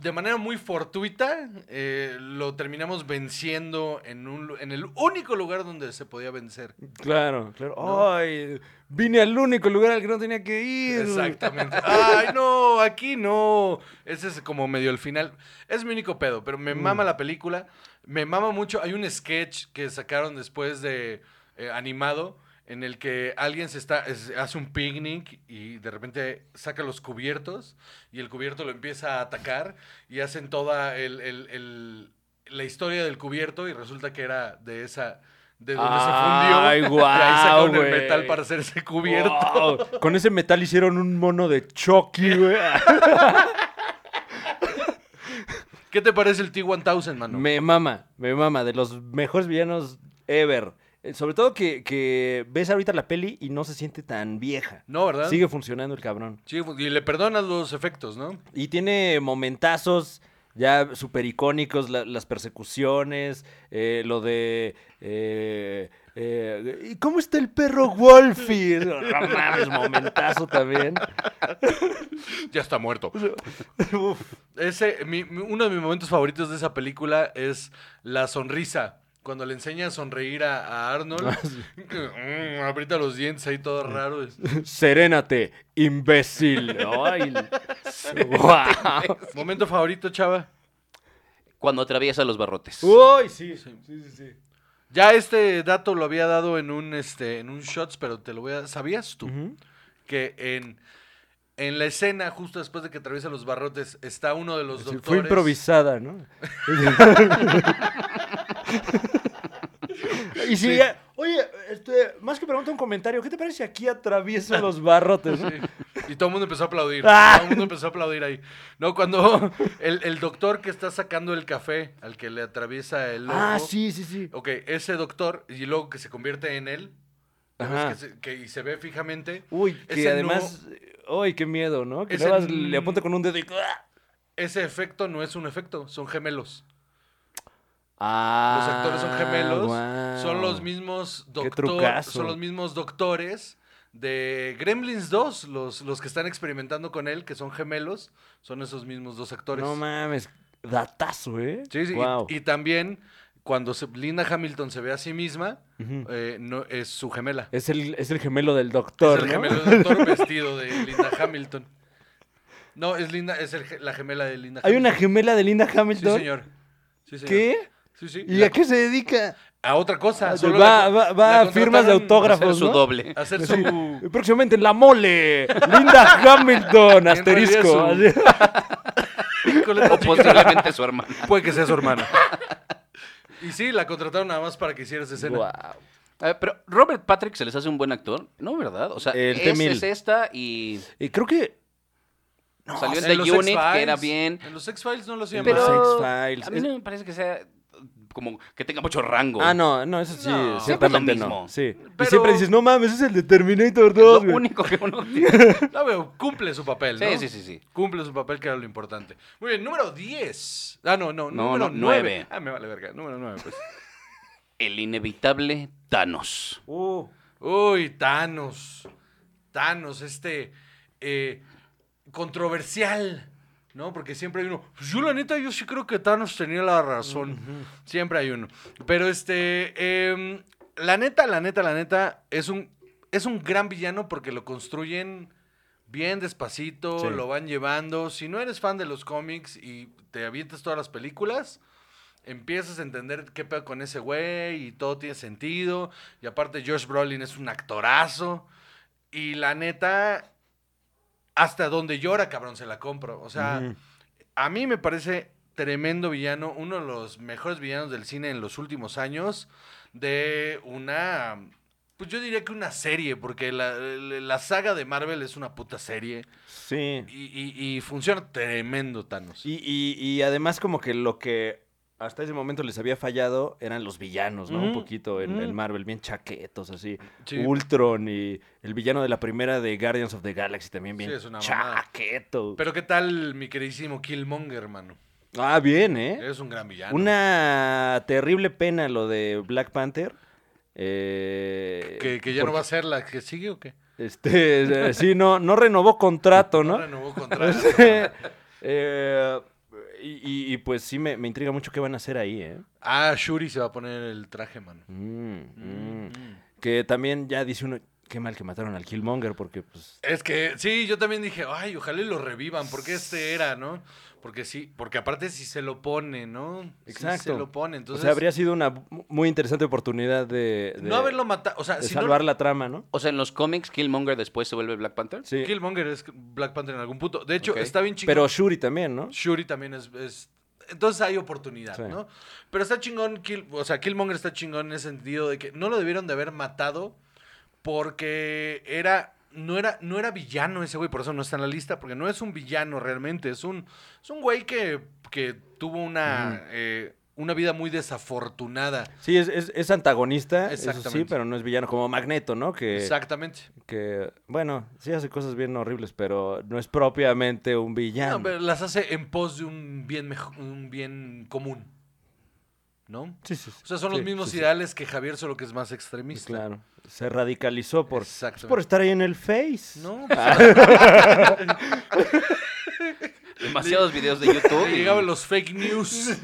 S1: de manera muy fortuita, eh, lo terminamos venciendo en, un, lu- en el único lugar donde se podía vencer.
S2: claro, claro.
S1: No.
S2: Ay, vine al único lugar al que no tenía que ir.
S1: Exactamente. Ay, no, aquí no. Ese es como medio el final. Es mi único pedo, pero
S2: Mm.
S1: me mama la película. Me mama mucho. Hay un sketch que sacaron después de eh, animado en el que alguien se está es- hace un picnic y de repente saca los cubiertos y el cubierto lo empieza a atacar y hacen toda el, el- el- la historia del cubierto y resulta que era de esa de donde
S2: Ay,
S1: se fundió y ahí
S2: guau,
S1: sacaron el
S2: güey.
S1: metal para hacer ese cubierto
S2: Wow, Con ese metal hicieron un mono de Chucky, güey. Ah,
S1: ¿Qué te parece el T-1000, mano?
S2: Me mama, me mama, de los mejores villanos ever. Eh, Sobre todo que, que ves ahorita la peli y no se siente tan vieja.
S1: No, ¿verdad?
S2: Sigue funcionando el cabrón.
S1: Sí, pues, y le perdonas los efectos, ¿no?
S2: Y tiene momentazos ya súper icónicos, la- las persecuciones, eh, lo de... eh, eh, ¿Y cómo está el perro Wolfie? No mames, momentazo también.
S1: Ya está muerto.
S2: Uf,
S1: Ese, mi- mi- uno de mis momentos favoritos de esa película es la sonrisa. Cuando le enseña a sonreír a, a
S2: Ah,
S1: Arnold, que, mm, aprieta los dientes ahí todo raro. es-
S2: serénate, imbécil. Ay, guau.
S1: Momento favorito, chava.
S3: Cuando atraviesa los barrotes.
S2: Uy, sí, sí, sí, sí.
S1: Ya este dato lo había dado en un, este, en un shots, pero te lo voy a... ¿Sabías tú que en, en la escena, justo después de que atraviesa los barrotes, está uno de los
S2: Sí,
S1: doctores...
S2: Fue improvisada, ¿no? y si ya- oye, este, más que pregunta un comentario, ¿qué te parece si aquí atravieso los barrotes? no?
S1: Y todo el mundo empezó a aplaudir.
S2: Ah.
S1: Todo el mundo empezó a aplaudir ahí. No, cuando el, el doctor que está sacando el café al que le atraviesa el ojo.
S2: Ah, sí, sí, sí.
S1: Ok, ese doctor, y luego que se convierte en él, ya ves
S2: Ajá.
S1: que se- que- y se ve fijamente.
S2: Uy, que
S1: Ese
S2: además, uy, qué miedo, ¿no? Que
S1: Ese
S2: nada más
S1: no-
S2: le apunta con un dedo y... ¡ah!
S1: Ese efecto no es un efecto, son gemelos.
S2: Ah,
S1: Los actores son gemelos,
S2: guau.
S1: son los mismos doctores,
S2: trucazo.
S1: son los mismos doctores de Gremlins 2, los, los que están experimentando con él, que son gemelos, son esos mismos dos actores.
S2: No mames, datazo, ¿eh?
S1: Sí, sí, y-
S2: Guau.
S1: y, también cuando se- Linda Hamilton se ve a sí misma,
S2: Ujú.
S1: eh, no, es su gemela.
S2: es, el, es el gemelo del
S1: Es
S2: doctor,
S1: el
S2: ¿no?
S1: gemelo del doctor vestido de Linda Hamilton. No, es Linda, es el ge- la gemela de Linda
S2: Hay una gemela de Linda
S1: Sí,
S2: Hamilton.
S1: señor. Sí, señor.
S2: ¿Qué?
S1: Sí, sí.
S2: ¿Y
S1: La-
S2: a qué se dedica?
S1: a otra cosa.
S2: Ah,
S1: solo la-
S2: va- va-
S1: la
S2: va a firmas de
S1: contrataron
S2: autógrafos,
S3: Hacer su
S2: ¿no?
S3: doble.
S1: a Hacer
S2: Así,
S1: su...
S2: Próximamente en La Mole. Linda Hamilton, asterisco.
S1: realidad
S2: Así.
S1: Nicoleta
S3: O
S1: Chica.
S3: posiblemente su hermana.
S1: Puede que sea su hermana. Y sí, la contrataron nada más para que hiciera esa escena.
S2: Guau.
S3: A ver, Eh, pero Robert Patrick se les hace un buen actor, ¿no? ¿Verdad? O sea,
S2: El
S3: ese
S2: T-1000.
S3: es esta y
S2: Y creo que.
S3: salió en
S1: En
S3: The
S1: los
S3: Unit,
S1: X-Files.
S3: que era bien.
S1: En los X-Files no lo hacían
S2: Pero-
S1: mal.
S3: Pero
S2: X-Files.
S3: a mí
S2: Es-
S3: no me parece que sea eh, como que tenga mucho rango.
S2: Ah, no, no, eso sí,
S1: No.
S2: ciertamente
S3: Siempre es lo
S2: no.
S3: mismo.
S2: Sí. Y
S1: Pero-
S2: siempre dices, no mames, ese es el de Terminator
S3: Es
S2: 2.
S3: Lo
S2: güey".
S3: único que uno tiene.
S1: No, pero cumple su papel, ¿no?
S3: Sí, sí, sí, sí.
S1: Cumple su papel, que era lo importante. Muy bien, número 10. Ah, no, no,
S3: No,
S1: número
S3: no,
S1: 9.
S3: nueve.
S1: Ah, me vale verga. Número 9, pues.
S3: El inevitable Thanos.
S2: Uh,
S1: Uy, Thanos. Thanos, este eh, controversial, ¿no? Porque siempre hay uno. pues Yo, la neta, yo sí creo que Thanos tenía la razón. Siempre hay uno. Pero este. em, la neta, la neta, la neta, es un, es un gran villano porque lo construyen bien despacito,
S2: Sí.
S1: lo van llevando. Si no eres fan de los cómics y te avientas todas las películas, empiezas a entender qué pedo con ese güey y todo tiene sentido. Y aparte Josh Brolin es un actorazo. Y la neta, hasta donde llora, cabrón, se la compro. O sea,
S2: Ujú.
S1: a mí me parece tremendo villano, uno de los mejores villanos del cine en los últimos años, de una, pues yo diría que una serie, porque la, la saga de Marvel es una puta serie
S2: sí.
S1: y, y- y funciona tremendo Thanos.
S2: Y, y- y además como que lo que hasta ese momento les había fallado eran los villanos, ¿no? Un
S1: Ujú,
S2: poquito en, en
S1: ujú.
S2: Marvel, bien chaquetos así.
S1: Sí.
S2: Ultron y el villano de la primera de Guardians of the Galaxy también bien
S1: Sí, es una mamada.
S2: chaqueto.
S1: Pero qué tal mi queridísimo Killmonger, hermano.
S2: Ah, bien, ¿eh?
S1: Es un gran villano.
S2: Una terrible pena lo de Black Panther. eh,
S1: que, que ya no
S2: porque-
S1: va a ser la que sigue o qué?
S2: Este, eh, sí, no, no renovó contrato, ¿no?
S1: renovó contrato.
S2: Eh, y, y- y pues sí, me, me intriga mucho qué van a hacer ahí, ¿eh?
S1: ah, Shuri se va a poner el traje, mano.
S2: Mm, mm.
S1: Mm.
S2: Que también ya dice uno, qué mal que mataron al Killmonger, porque pues...
S1: Es que sí, yo también dije, ay, ojalá y lo revivan, porque este era, ¿no? Porque sí, porque aparte si se lo pone, ¿no? Sí se
S2: Exacto.
S1: lo pone,
S2: o
S1: entonces
S2: sea, habría sido una mu- muy interesante oportunidad de... de-
S1: no haberlo matado, o sea,
S2: de
S1: si no-
S2: salvar la trama, ¿no?
S3: O sea, en los cómics, Killmonger después se vuelve Black Panther.
S2: Sí.
S1: Killmonger es Black Panther en algún punto. De hecho,
S3: Ok.
S1: está bien chingón.
S2: Pero Shuri también, ¿no?
S1: Shuri también es, es- Entonces hay oportunidad,
S2: Sí.
S1: ¿no? Pero está chingón, Kill- o sea, Killmonger está chingón en el sentido de que no lo debieron de haber matado porque era... No era, no era villano ese güey, por eso no está en la lista, porque no es un villano realmente, es un, es un güey que, que tuvo una, eh, una vida muy desafortunada.
S2: Sí, es, es- es antagonista, eso sí,
S1: Exactamente.
S2: pero no es villano, como Magneto, ¿no? Que,
S1: Exactamente.
S2: que, bueno, sí hace cosas bien horribles, pero no es propiamente un villano.
S1: No, pero las hace en pos de un bien, mejo- un bien común, ¿no?
S2: Sí, sí, sí.
S1: O sea, son los
S2: Sí,
S1: mismos
S2: sí, sí.
S1: ideales que Javier, solo que es más extremista.
S2: Claro, se radicalizó por, pues,
S1: Exactamente.
S2: por estar ahí en el Face.
S1: No,
S3: Demasiados videos de YouTube.
S1: Le
S3: y-
S1: llegaban los fake news.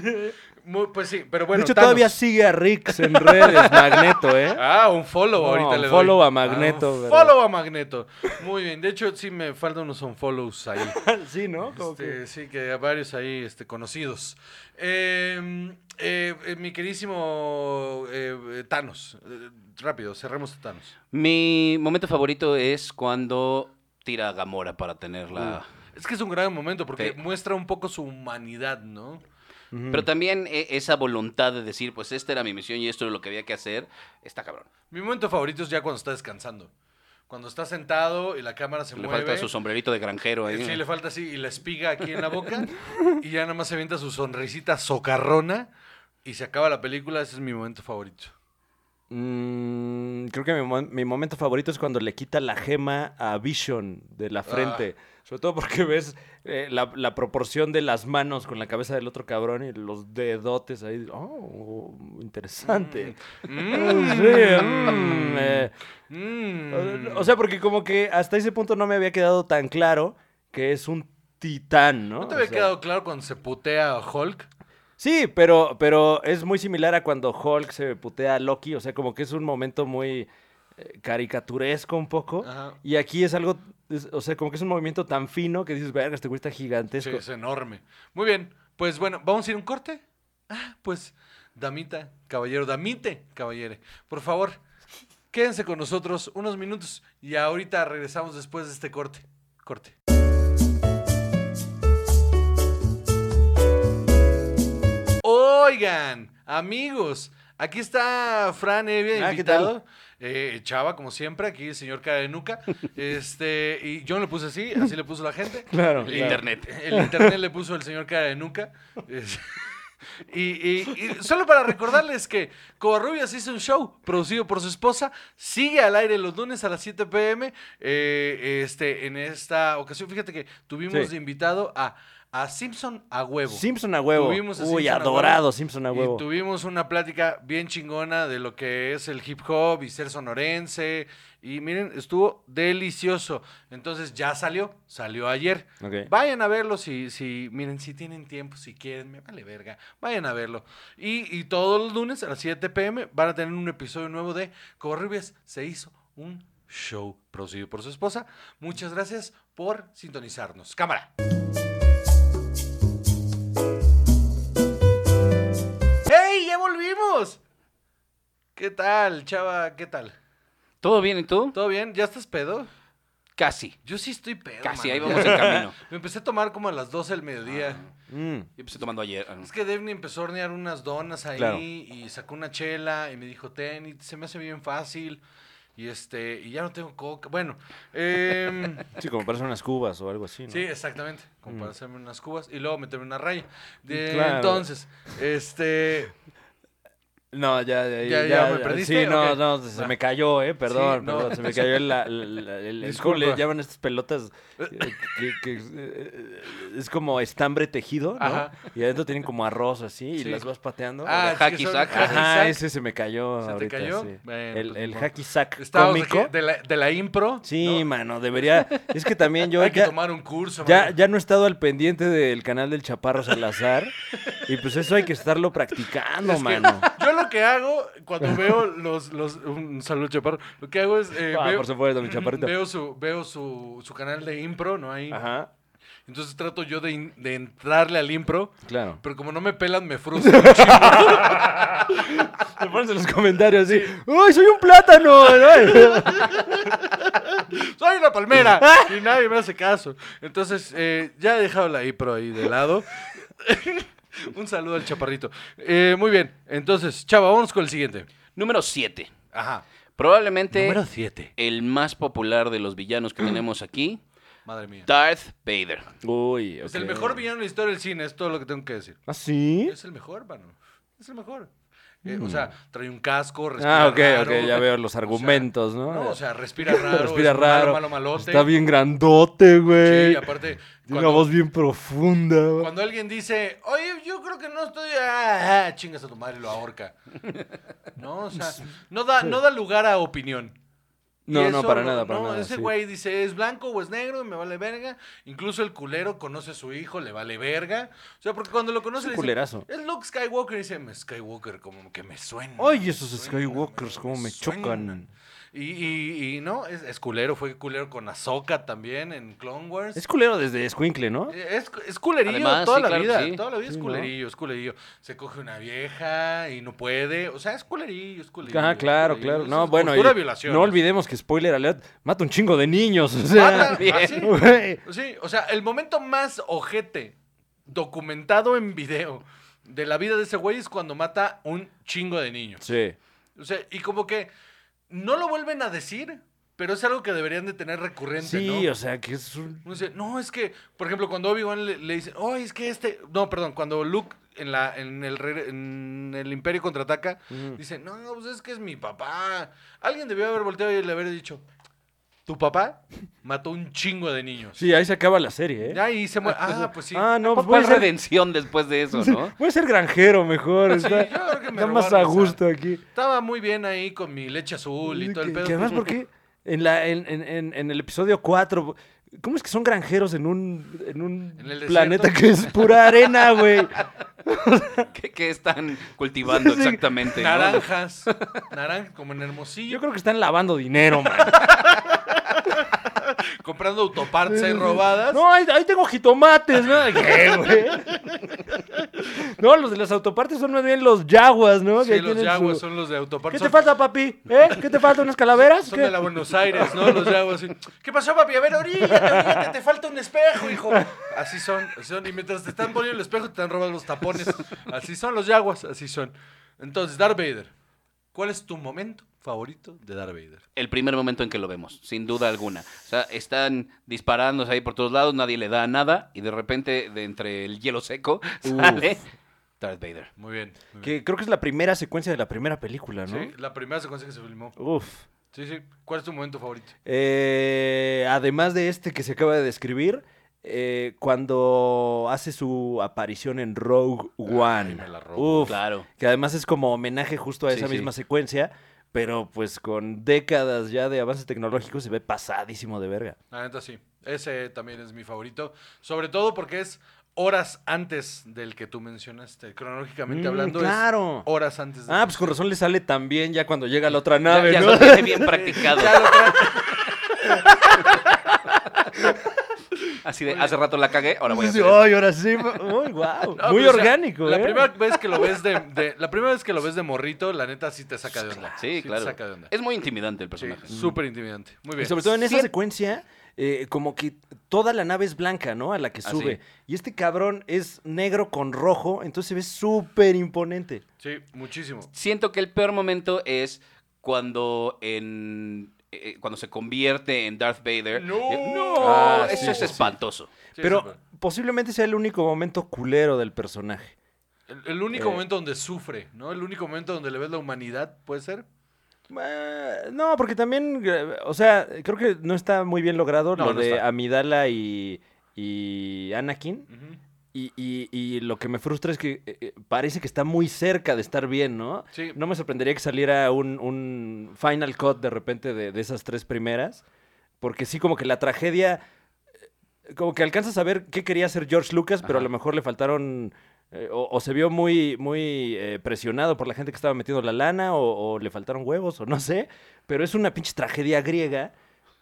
S1: Mu- pues sí, pero bueno.
S2: de hecho,
S1: Thanos.
S2: todavía sigue a Rix en redes, Magneto, ¿eh?
S1: Ah, un follow
S2: No,
S1: ahorita
S2: un
S1: le doy.
S2: follow a
S1: Ah,
S2: Magneto,
S1: un
S2: ¿verdad?
S1: follow a Magneto. Muy bien. De hecho, sí me faltan unos unfollows ahí.
S2: sí, ¿no? Como
S1: Este, Sí, que a varios ahí este, conocidos. Eh, eh, eh, mi queridísimo eh, eh, Thanos. Eh, rápido, cerremos a Thanos.
S3: Mi momento favorito es cuando tira a Gamora para tenerla.
S1: Es que es un gran momento porque
S3: Sí.
S1: muestra un poco su humanidad, ¿no?
S2: que- Ujú.
S3: Pero también e- esa voluntad de decir, pues esta era mi misión y esto es lo que había que hacer, está cabrón.
S1: Mi momento favorito es ya cuando está descansando. Cuando está sentado y la cámara se
S3: Le
S1: mueve.
S3: falta su sombrerito de granjero ahí.
S1: Sí, le falta así y la espiga aquí en la boca y ya nada más se avienta su sonrisita socarrona y se acaba la película. Ese es mi momento favorito.
S2: Mm, creo que mi, mo- mi momento favorito es cuando le quita la gema a Vision de la
S1: Ah.
S2: frente. Sobre todo porque ves eh, la, la proporción de las manos con la cabeza del otro cabrón y los dedotes ahí. Oh, interesante. Sí, mm, eh,
S1: Mm.
S2: o- O sea, porque como que hasta ese punto no me había quedado tan claro que es un titán, ¿no?
S1: ¿No te
S2: O
S1: había
S2: sea,
S1: quedado claro cuando se putea a Hulk?
S2: Sí, pero, pero es muy similar a cuando Hulk se putea a Loki. O sea, como que es un momento muy eh, caricaturesco un poco.
S1: Ajá.
S2: Y aquí es algo, es- o sea, como que es un movimiento tan fino que dices, verga, este güey está
S1: Sí,
S2: gigantesco.
S1: es enorme. Muy bien, pues bueno, ¿vamos a ir a un corte? Ah, pues, damita, caballero, damite, caballere, por favor, quédense con nosotros unos minutos y ahorita regresamos después de este corte. Corte. Oigan, amigos, aquí está Fran Evia,
S2: Ah, ¿qué
S1: invitado. Eh, Chava, como siempre, aquí el señor cara de nuca. Este, y yo no le puse así, así le puso la gente.
S2: Claro,
S3: El
S2: claro.
S3: internet.
S1: El internet le puso el señor cara de nuca. Es- Y, y- y solo para recordarles que Covarrubias hizo un show producido por su esposa. Sigue al aire los lunes a las 7 pm. Eh, este, en esta ocasión, fíjate que tuvimos
S2: Sí.
S1: de invitado a, a Simpson a huevo.
S2: Simpson a huevo.
S1: Tuvimos a
S2: Uy,
S1: Simpson a
S2: adorado
S1: huevo.
S2: Simpson
S1: Y
S2: a huevo.
S1: tuvimos una plática bien chingona de lo que es el hip hop y ser sonorense. Y miren, estuvo delicioso. Entonces ya salió, salió ayer.
S2: Ok.
S1: Vayan a verlo si, si, miren, si tienen tiempo, si quieren, me vale verga. Vayan a verlo. Y, y todos los lunes a las 7 pm van a tener un episodio nuevo de Corribias se hizo un show producido por su esposa. Muchas gracias por sintonizarnos. Cámara. ¡Hey! ¡Ya volvimos! ¿Qué tal, chava? ¿Qué tal?
S3: ¿Todo bien y tú?
S1: ¿Todo bien? ¿Ya estás pedo?
S3: Casi.
S1: Yo sí estoy pedo.
S3: Casi,
S1: mano. Ah.
S3: ahí vamos en camino.
S1: Me empecé a tomar como a las 12 del mediodía.
S2: Mm.
S3: Yo empecé tomando ayer. ah,
S1: Es que Devni empezó a hornear unas donas ahí
S2: Claro.
S1: y sacó una chela y me dijo, ten, y se me hace bien fácil. Y este, y ya no tengo coca. Bueno, em,
S2: Sí, como parece unas cubas o algo así, ¿no?
S1: sí, exactamente. Como para hacerme unas cubas y luego meterme una raya. De-
S2: Mm. Claro.
S1: Entonces, este.
S2: No, ya, ya,
S1: ¿Ya-
S2: ya.
S1: ya me
S2: ya.
S1: perdiste?
S2: Sí, no,
S1: Ok.
S2: no, se
S1: Va.
S2: me cayó, eh, perdón,
S1: Sí, no.
S2: perdón, se me cayó el, la- la- la- el- el- ¿cómo le
S1: Disculpa.
S2: llaman estas pelotas? Eh, que, que, eh, es como estambre tejido, ¿no?
S1: Ajá.
S2: Y adentro tienen como arroz así y
S1: Sí.
S2: las vas pateando.
S1: Ah,
S3: de
S1: es que
S3: hacky
S1: son-
S3: sack.
S1: hacky
S2: Ajá,
S1: sack.
S2: ese se me cayó
S1: ¿Se te
S2: ahorita,
S1: cayó?
S2: sí.
S1: Bueno,
S2: el
S1: pues,
S2: el
S1: no.
S2: hacky sack
S1: Estábamos
S2: cómico.
S1: aquí de la, de la impro.
S2: Sí,
S1: ¿no?
S2: mano, debería. Es que también yo
S1: Hay que
S2: ya,
S1: tomar un curso.
S2: ya,
S1: mano.
S2: ya no he estado al pendiente del canal del Chaparro Salazar. y pues eso hay que estarlo practicando,
S1: Es que
S2: mano.
S1: Yo lo que hago cuando veo los, los un saludo chaparro, lo que hago es eh,
S2: Ah,
S1: veo,
S2: por supuesto, mi chaparrito.
S1: veo su veo su, su canal de impro, no hay
S2: Ajá,
S1: Entonces trato yo de, in- de entrarle al impro,
S2: claro.
S1: pero como no me pelan, me frustro. un chingo.
S2: Te pones en los comentarios así, ¡Uy, soy un plátano! ¿no?
S1: ¡Soy una palmera! Y nadie me hace caso. Entonces, eh, ya he dejado la impro ahí de lado. Un saludo al chaparrito. Eh, muy bien, entonces, chava, vamos con el siguiente.
S3: Número 7.
S1: Ajá.
S3: Probablemente
S1: Número 7.
S3: el más popular de los villanos que tenemos aquí.
S1: Madre mía.
S3: Darth Vader.
S2: Uy,
S1: Es el mejor villano de la historia del cine, es todo lo que tengo que decir.
S2: ¿Ah, sí? Mm.
S1: Es el mejor, mano. Es el mejor. Eh, O sea, trae un casco, respira
S2: Ah, ok,
S1: raro.
S2: ok, ya veo los argumentos, ¿no?
S1: No, o sea, respira raro,
S2: Respira
S1: es
S2: raro.
S1: malo, malo, malote.
S2: Está bien grandote, güey.
S1: Sí, aparte,
S2: Tiene una
S1: cuando,
S2: voz bien profunda.
S1: cuando alguien dice, oye, yo creo que no estoy. Ah, ah", chingas a tu madre, lo ahorca. No, o sea, no da, no da lugar a opinión. Y
S2: No, no,
S1: eso
S2: para nada, para
S1: no,
S2: nada.
S1: Ese
S2: sí.
S1: güey dice, es blanco o es negro, me vale verga. Incluso el culero conoce a su hijo, le vale verga. O sea, porque cuando lo conoce,
S2: un
S1: le dice,
S2: culerazo.
S1: es Luke Skywalker. Y dice, "Me- Skywalker, como que me suena.
S2: Ay, esos
S1: me suena,
S2: Skywalkers,
S1: me-
S2: cómo
S1: me
S2: me
S1: suena".
S2: chocan.
S1: Y, y- y no, es, es culero, fue culero con Ahsoka también en Clone Wars.
S2: Es culero desde Squinkle, ¿no?
S1: Eh, Es, es culerillo
S3: Además,
S1: toda
S3: sí,
S1: la
S3: claro que
S1: vida.
S3: sí.
S1: Toda la vida
S2: Sí,
S1: es
S2: ¿no?
S1: culerillo, es culerillo. Se coge una vieja y no puede. O sea, es culerillo, es culerillo.
S2: Ah,
S1: es
S2: claro,
S1: culerillo.
S2: claro.
S1: Eso
S2: No,
S1: es
S2: bueno, y
S1: cultura de violación.
S2: no olvidemos que spoiler alert mata un chingo de niños. O sea,
S1: Mata- ah, sí.
S2: güey.
S1: Sí, o sea, el momento más ojete documentado en video de la vida de ese güey es cuando mata un chingo de niños.
S2: Sí.
S1: O sea, y como que no lo vuelven a decir, pero es algo que deberían de tener recurrente, ¿no?
S2: Sí, o sea, que es un
S1: Uno dice, no, es que, por ejemplo, cuando Obi-Wan le, le dice, oh, es que este. No, perdón, cuando Luke en, la, en, el, regre- en el Imperio Contraataca,
S2: Ujú.
S1: dice, no, pues es que es mi papá. Alguien debió haber volteado y le haber dicho, tu papá mató un chingo de niños.
S2: Sí, ahí se acaba la serie, ¿eh?
S1: Ya, y se muere. Ah, pues sí.
S2: Ah, no, pues voy a
S3: ¿Cuál
S2: ser,
S3: redención después de eso, no?
S2: voy a ser granjero mejor. Está,
S1: yo creo que me
S2: está más a
S1: robaron esa.
S2: gusto aquí.
S1: Estaba muy bien ahí con mi leche azul y todo el
S2: que,
S1: pedo.
S2: que además, ¿por qué? En, la, en, en- en- en el episodio 4, ¿cómo es que son granjeros en un, en un
S1: En el
S2: planeta
S1: desierto.
S2: que es pura arena, güey?
S3: ¿Qué, qué están cultivando
S2: Sí.
S3: exactamente? no?
S1: Naranjas. Naranjas, como en Hermosillo.
S2: Yo creo que están lavando dinero, man.
S1: Comprando autoparts ahí robadas.
S2: No, ahí, ahí tengo jitomates, ¿no? ¿Qué, güey? No, los de las autopartes son más bien los yaguas, ¿no? Que
S1: Sí,
S2: ahí
S1: los
S2: tienen
S1: yaguas
S2: su-
S1: son los de
S2: ¿Qué
S1: autoparts.
S2: te
S1: Son-
S2: falta, papi? ¿Eh? ¿Qué te falta? ¿Unas calaveras?
S1: Son
S2: ¿Qué?
S1: de la Buenos Aires, ¿no? Los yaguas. así, ¿Qué pasó, papi? A ver, oríllate, oríllate, te falta un espejo, hijo. Así son, así son. Y mientras te están poniendo el espejo, te están robando los tapones. Así son los yaguas, así son. Entonces, Darth Vader. ¿Cuál es tu momento favorito de Darth Vader?
S3: El primer momento en que lo vemos, sin duda alguna. O sea, están disparándose ahí por todos lados, nadie le da nada, y de repente, de entre el hielo seco,
S2: Uf.
S3: sale Darth Vader.
S1: Muy bien. muy bien.
S2: Que creo que es la primera secuencia de la primera película, ¿no?
S1: Sí, la primera secuencia que se filmó.
S2: Uf.
S1: Sí, sí. ¿Cuál es tu momento favorito?
S2: Eh, además de este que se acaba de describir, eh, cuando hace su aparición en Rogue One.
S1: me la robó.
S2: Uf,
S3: Claro.
S2: Que además es como homenaje justo a
S3: Sí,
S2: esa
S3: sí.
S2: misma secuencia, pero pues con décadas ya de avances tecnológicos se ve pasadísimo de verga.
S1: La neta sí. Ese también es mi favorito. Sobre todo porque es horas antes del que tú mencionaste. Cronológicamente
S2: Mm,
S1: hablando,
S2: claro.
S1: es horas antes del
S2: Ah,
S1: que-
S2: pues con razón le sale también ya cuando llega la otra
S3: Ya,
S2: nave,
S3: ya
S2: ¿no?
S3: lo tiene bien practicado.
S2: pues,
S1: Ya lo trae-
S3: Así de, hace rato la cagué, ahora voy a
S2: Sí, sí,
S3: hacer esto. pues,
S2: ay, ahora sí. Muy guau.
S1: No,
S2: Muy
S1: pero, o sea,
S2: orgánico,
S1: la
S2: ¿eh?
S1: primera vez que lo ves de, de- la primera vez que lo ves de morrito, la neta sí te saca de onda.
S3: Sí, claro.
S1: Te saca de
S2: oh.
S1: onda.
S3: Es muy intimidante el
S1: Sí,
S3: personaje.
S1: súper intimidante. Muy
S2: Y
S1: bien.
S2: sobre todo en esa
S3: Cien-
S2: secuencia, eh, como que toda la nave es blanca, ¿no? A la que
S1: Ah,
S3: Así.
S2: sube. Y este cabrón es negro con rojo, entonces se ve súper imponente.
S1: Sí, muchísimo.
S3: Siento que el peor momento es cuando en eh, cuando se convierte en Darth Vader.
S1: No.
S3: Eh,
S1: Ah,
S3: eso
S1: sí,
S3: es
S1: sí.
S3: espantoso.
S1: Sí,
S2: Pero
S1: súper.
S2: posiblemente sea el único momento culero del personaje.
S1: el, el único
S2: eh,
S1: momento donde sufre, ¿no? El único momento donde le ves la humanidad, ¿puede ser?
S2: Eh, no, porque también, eh, o sea, creo que no está muy bien logrado
S1: No,
S2: lo
S1: no
S2: de
S1: está.
S2: Amidala y, y Anakin.
S1: Ujú.
S2: Y, y- y lo que me frustra es que eh, eh, parece que está muy cerca de estar bien, ¿no?
S1: Sí.
S2: No me sorprendería que saliera un, un final cut de repente de, de esas tres primeras, porque sí como que la tragedia, eh, como que alcanzas a ver qué quería hacer George Lucas, pero a
S3: Ajá.
S2: lo mejor le faltaron, eh, o, o se vio muy, muy eh, presionado por la gente que estaba metiendo la lana, o, o le faltaron huevos, o no sé, pero es una pinche tragedia griega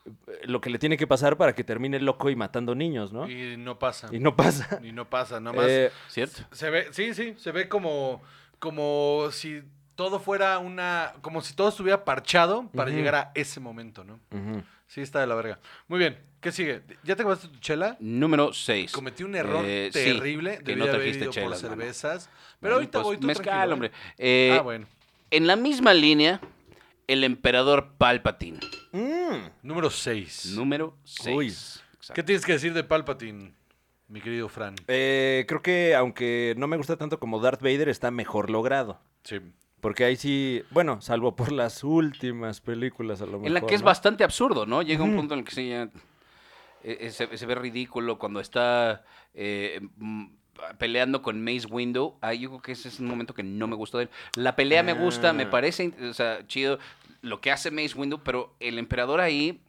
S2: eh, lo que le tiene que pasar para que termine loco y matando niños, ¿no? Y,
S1: Y no pasa. Y
S2: no pasa.
S1: no, pasa, nada más.
S2: Eh,
S3: ¿Cierto?
S1: Se ve, sí, sí, se ve como, como si todo fuera una, como si todo estuviera parchado para
S2: Ujú.
S1: llegar a ese momento, ¿no?
S2: ujú.
S1: Sí, está de la verga. Muy bien, ¿qué sigue? ¿Ya te acabaste tu chela?
S3: Número 6.
S1: Cometí un error
S3: Eh, sí,
S1: terrible.
S3: que
S1: Debí
S3: no
S1: haber
S3: trajiste
S1: ido por
S3: chelas, mano. pues,
S1: cervezas. Pero ahorita voy tú
S3: Mezcal,
S1: tranquilo, ¿eh?
S3: hombre. Eh,
S1: ah, bueno.
S3: En la misma línea, el emperador Palpatine.
S2: Mm.
S1: Número 6.
S3: Número
S2: Uy.
S3: 6.
S1: ¿Qué tienes que decir de Palpatine, mi querido Fran?
S2: Eh, creo que aunque no me gusta tanto como Darth Vader, está mejor logrado.
S1: Sí.
S2: Porque ahí sí, bueno, salvo por las últimas películas a lo mejor.
S3: En la que es
S2: ¿no?
S3: bastante absurdo, ¿no? Llega un punto en el que sí ya, eh, eh, se, se ve ridículo cuando está eh, mm, peleando con Mace Window. Ahí yo creo que ese es un momento que no me gustó de él. La pelea me gusta, me
S2: Ah.
S3: parece in- o sea, chido lo que hace Mace Window, pero el emperador ahí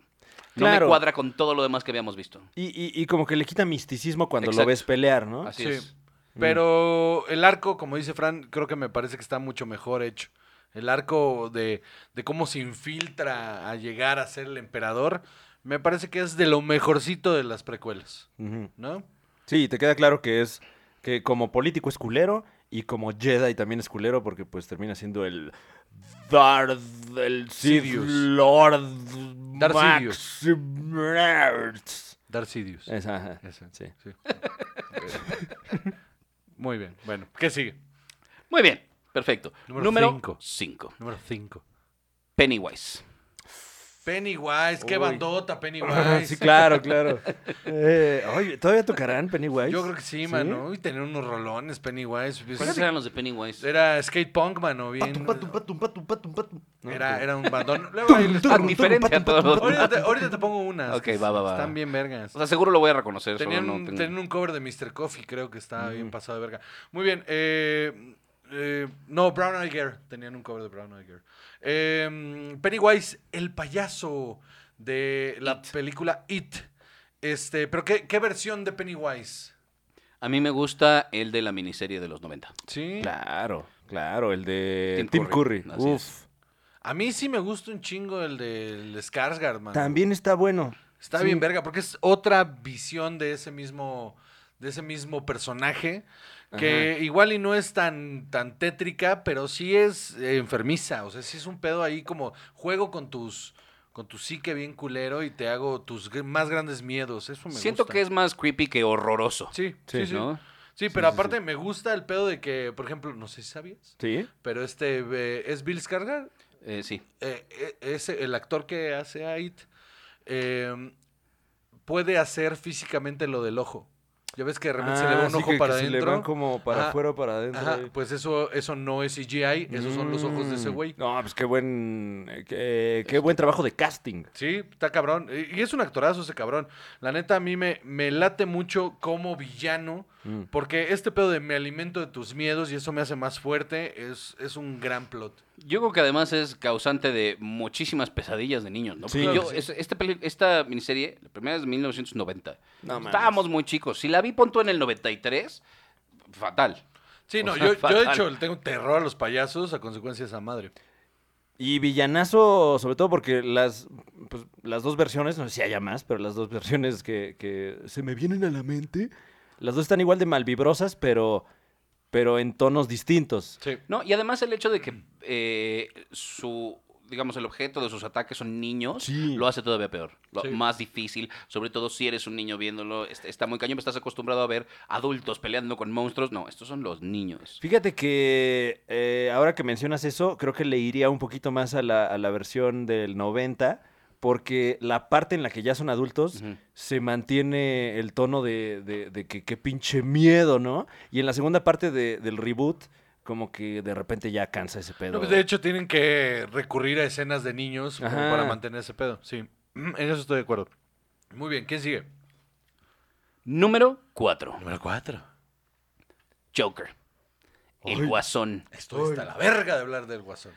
S3: no me
S2: Claro.
S3: cuadra con todo lo demás que habíamos visto.
S2: Y, y- y como que le quita misticismo cuando
S3: Exacto.
S2: lo ves pelear, ¿no?
S3: Así
S1: Sí.
S3: es.
S1: Pero el arco, como dice Fran, creo que me parece que está mucho mejor hecho. El arco de, de cómo se infiltra a llegar a ser el emperador, me parece que es de lo mejorcito de las precuelas,
S2: Ujú.
S1: ¿no?
S2: Sí, te queda claro que es que como político es culero y como Jedi también es culero porque pues termina siendo el Darth, el Sith
S1: Sidious.
S2: Lord
S1: Darth
S2: Maximus.
S1: Darth Sidious.
S2: Esa, ajá.
S1: Ese,
S2: Sí.
S1: Ok. Muy bien. Bueno, ¿qué sigue?
S3: Muy bien, perfecto.
S1: Número
S3: Número
S1: cinco.
S3: 5.
S1: Número 5.
S3: Pennywise.
S1: Pennywise, qué
S2: Uy.
S1: bandota, Pennywise.
S2: Ah, sí, claro, claro. Eh, oye, ¿todavía tocarán Pennywise?
S1: Yo creo que sí, mano. Uy, tener unos rolones, Pennywise.
S3: ¿Cuáles eran los de Pennywise?
S1: Pues Era skate punk, mano, bien. eh. pues,
S2: Patum, patum, patum, patum, patum, patum. No,
S1: Era, era un bandón. Luego ahí les-
S3: Ah, diferente a todos los
S1: ahorita, te, ahorita te pongo unas.
S3: Ok, va, va, va.
S1: Están bien vergas.
S3: O sea, seguro lo voy a reconocer. solo
S1: Tenían,
S3: no
S1: un-
S3: tengo-
S1: tenían un cover de Mr. Coffee, creo que estaba bien pasado de verga. Muy bien. eh, eh, no, Brown Eyed Girl. Tenían un cover de Brown Eyed Girl. Eh, Pennywise, el payaso de la película It. Este, pero ¿qué, qué versión de Pennywise?
S3: A mí me gusta el de la miniserie de los 90.
S1: Sí.
S2: Claro, claro, el de
S3: Tim
S2: Tim,
S3: Curry,
S2: Curry.
S3: así
S2: Uf.
S3: es.
S1: A mí sí me gusta un chingo el del Skarsgård, man.
S2: También está bueno.
S1: Está bien verga, porque es otra visión de ese mismo, de ese mismo personaje, que igual y no es tan, tan tétrica, pero sí es eh, enfermiza. O sea, sí es un pedo ahí como juego con tus con tu psique bien culero y te hago tus gr- más grandes miedos. Eso me
S3: Siento
S1: gusta.
S3: que es más creepy que horroroso.
S1: Sí, sí, sí.
S2: Oh, Sí,
S1: Sí,
S3: ¿no?
S1: pero aparte me gusta el pedo de que, por ejemplo, no sé si sabías,
S2: Sí.
S1: pero este eh, es Bill Skarsgård,
S3: Eh, sí.
S1: eh, eh, ese- el actor que hace a It eh, puede hacer físicamente lo del ojo. Ya ves que de repente se le va
S2: Ah,
S1: un
S2: sí,
S1: ojo
S2: que-
S1: para
S2: que se le
S1: adentro.
S2: van como para
S1: Ajá.
S2: afuera o para adentro.
S1: Ajá,
S2: eh.
S1: pues eso, eso no es CGI, esos son los ojos de ese
S2: Mm.
S1: güey. Este.
S2: No, pues qué buen, eh, qué, qué buen trabajo de casting.
S1: Sí, está cabrón. Y y es un actorazo ese cabrón. La neta, a mí me, me late mucho como villano.
S2: Mm.
S1: Porque este pedo de me alimento de tus miedos y eso me hace más fuerte es, es un gran plot.
S3: Yo creo que además es causante de muchísimas pesadillas de niños, ¿no?
S2: Sí.
S3: Porque
S1: Claro
S3: yo,
S1: que
S3: es- este peli- esta miniserie, la primera es de 1990.
S2: No mames.
S3: Estábamos muy chicos. Si la vi, pon tú en el 93, fatal.
S1: Sí,
S3: O
S1: no,
S3: sea,
S1: yo, yo de
S3: fatal.
S1: hecho le tengo terror a los payasos a consecuencia de esa madre.
S2: Y villanazo, sobre todo porque las, pues, las dos versiones, no sé si haya más, pero las dos versiones que, que se me vienen a la mente, las dos están igual de malvibrosas, pero, pero en tonos distintos.
S1: Sí.
S3: No, y además el hecho de que eh, su, digamos, el objeto de sus ataques son niños,
S2: Sí.
S3: lo hace todavía peor, lo-
S1: Sí.
S3: más difícil, sobre todo si eres un niño viéndolo, es- está muy cañón, pero estás acostumbrado a ver adultos peleando con monstruos, no, estos son los niños.
S2: Fíjate que eh, ahora que mencionas eso, creo que le iría un poquito más a la, a la versión del 90, porque la parte en la que ya son adultos
S3: Ujú.
S2: se mantiene el tono de, de- de que qué pinche miedo, ¿no? Y en la segunda parte de- del reboot, como que de repente ya cansa ese pedo.
S1: No, pues, de hecho, tienen que recurrir a escenas de niños como
S2: Ajá.
S1: para mantener ese pedo. Sí, Mm, en eso estoy de acuerdo. Muy bien, ¿quién sigue?
S3: Número 4,
S1: Número 4.
S3: Joker, el
S2: Ay.
S3: guasón.
S1: Estoy hasta la verga de hablar del guasón.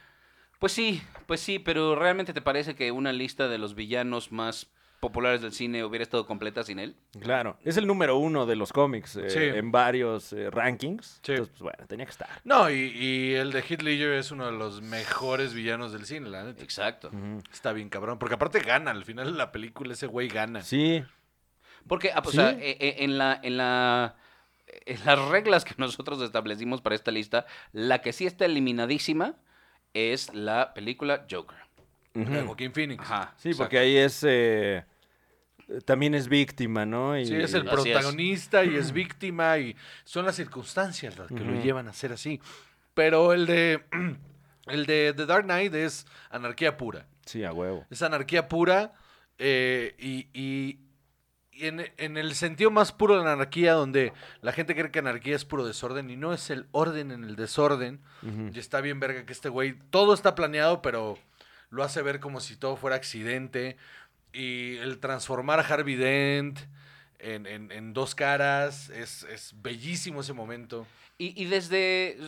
S3: Pues sí, pues sí, pero ¿realmente te parece que una lista de los villanos más populares del cine hubiera estado completa sin él?
S2: Claro, es el número uno de los cómics eh,
S1: Sí.
S2: en varios eh, rankings.
S1: Sí.
S2: Entonces, pues, bueno, tenía que estar.
S1: No, y, y el de Heath Ledger es uno de los mejores villanos del cine, la neta.
S3: Exacto.
S1: Está bien cabrón, porque aparte gana, al final de la película ese güey gana.
S2: Sí,
S3: Porque, ah, pues,
S2: Sí.
S3: o sea, eh, eh, en la, en la. En las reglas que nosotros establecimos para esta lista, la que sí está eliminadísima es la película Joker.
S1: La de Joaquín Phoenix.
S3: Ajá.
S2: sí, porque ahí es... eh, también es víctima, ¿no? Y-
S1: Sí, es el
S3: Así es.
S1: protagonista y es víctima y son las circunstancias las que lo
S2: Ujú.
S1: llevan a ser así. Pero el de el de The Dark Knight es anarquía pura.
S2: Sí, a huevo.
S1: Es anarquía pura eh, y, y- y en, en el sentido más puro de la anarquía, donde la gente cree que anarquía es puro desorden y no es el orden en el desorden.
S2: Ujú.
S1: Y está bien verga que este güey, todo está planeado, pero lo hace ver como si todo fuera accidente. Y el transformar a Harvey Dent en, en- en dos caras, es, es bellísimo ese momento.
S3: Y, y desde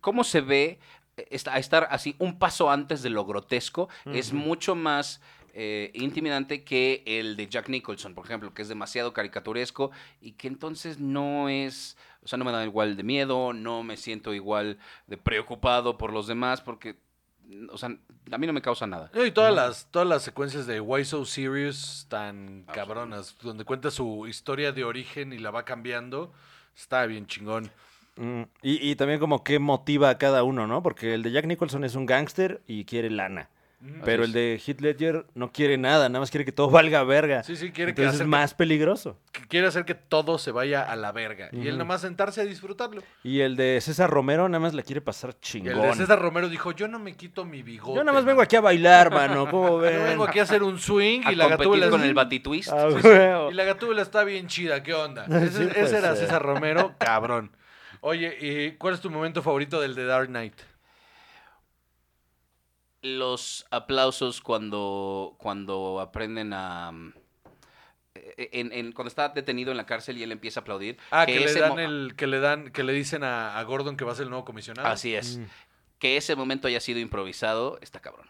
S3: cómo se ve eh, esta- a estar así un paso antes de lo grotesco es mucho más eh, intimidante que el de Jack Nicholson, por ejemplo, que es demasiado caricaturesco y que entonces no es, o sea, no me da igual de miedo, no me siento igual de preocupado por los demás porque, mm, o sea, a mí no me causa nada.
S1: No, Y todas las, todas las secuencias de Why So Serious tan cabronas, donde cuenta su historia de origen y la va cambiando, está bien chingón.
S2: Mm, Y, y también como qué motiva a cada uno, ¿no? Porque el de Jack Nicholson es un gángster y quiere lana. Pero
S3: Así
S2: el de Heath Ledger no quiere nada, nada más quiere que todo valga verga.
S1: Sí, sí, quiere que
S2: Entonces es
S1: acerque-
S2: más peligroso.
S1: que quiere hacer que todo se vaya a la verga. Y él
S2: Ujú.
S1: nomás sentarse a disfrutarlo.
S2: Y el de César Romero nada más la quiere pasar
S1: Y
S2: chingón.
S1: el de César Romero dijo, yo no me quito mi bigote.
S2: Yo nada más
S1: mano.
S2: vengo aquí a bailar, mano. ¿Cómo ven?
S1: Yo vengo aquí a hacer un swing
S3: A
S1: y la
S3: competir
S1: gatúbela...
S3: con el batitwist.
S2: Ah, huevo.
S1: Y la gatúbela está bien chida, ¿qué onda?
S2: Sí,
S1: Ese, ese
S2: pues,
S1: era
S2: eh.
S1: César Romero, cabrón. Oye, ¿y cuál es tu momento favorito del de Dark Knight?
S3: Los aplausos cuando, cuando aprenden a... mm, e, en- en- cuando está detenido en la cárcel y él empieza a aplaudir.
S1: Ah, que, le
S3: ese
S1: dan
S3: mo-
S1: el, que le dan, que le dicen a, a Gordon que va a ser el nuevo comisionado.
S3: Así es.
S2: Mm.
S3: Que ese momento haya sido improvisado, está cabrón.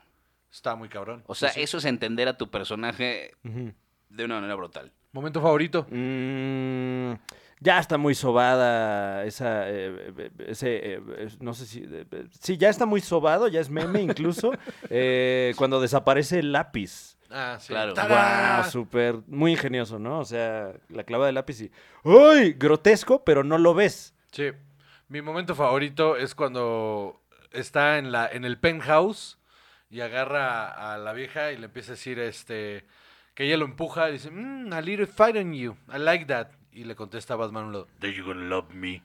S1: Está muy cabrón.
S3: O sea,
S1: Sí, sí.
S3: eso es entender a tu personaje
S2: Ujú.
S3: de una manera brutal.
S1: Momento favorito.
S2: Mm, ya está muy sobada esa, eh, eh, ese, eh, es- no sé si, eh, eh, sí, ya está muy sobado, ya es meme incluso, eh, cuando desaparece el lápiz.
S1: Ah, sí.
S3: Claro.
S1: ¡Tarán!
S2: Wow, súper, muy ingenioso, ¿no? O sea, la clava de lápiz y, ¡uy! Grotesco, pero no lo ves.
S1: Sí. Mi momento favorito es cuando está en la en el penthouse y agarra a la vieja y le empieza a decir este que ella lo empuja y dice, "Mm, a little fight on you. I like that." Y le contesta a Batman un lado, "Then you gonna love me."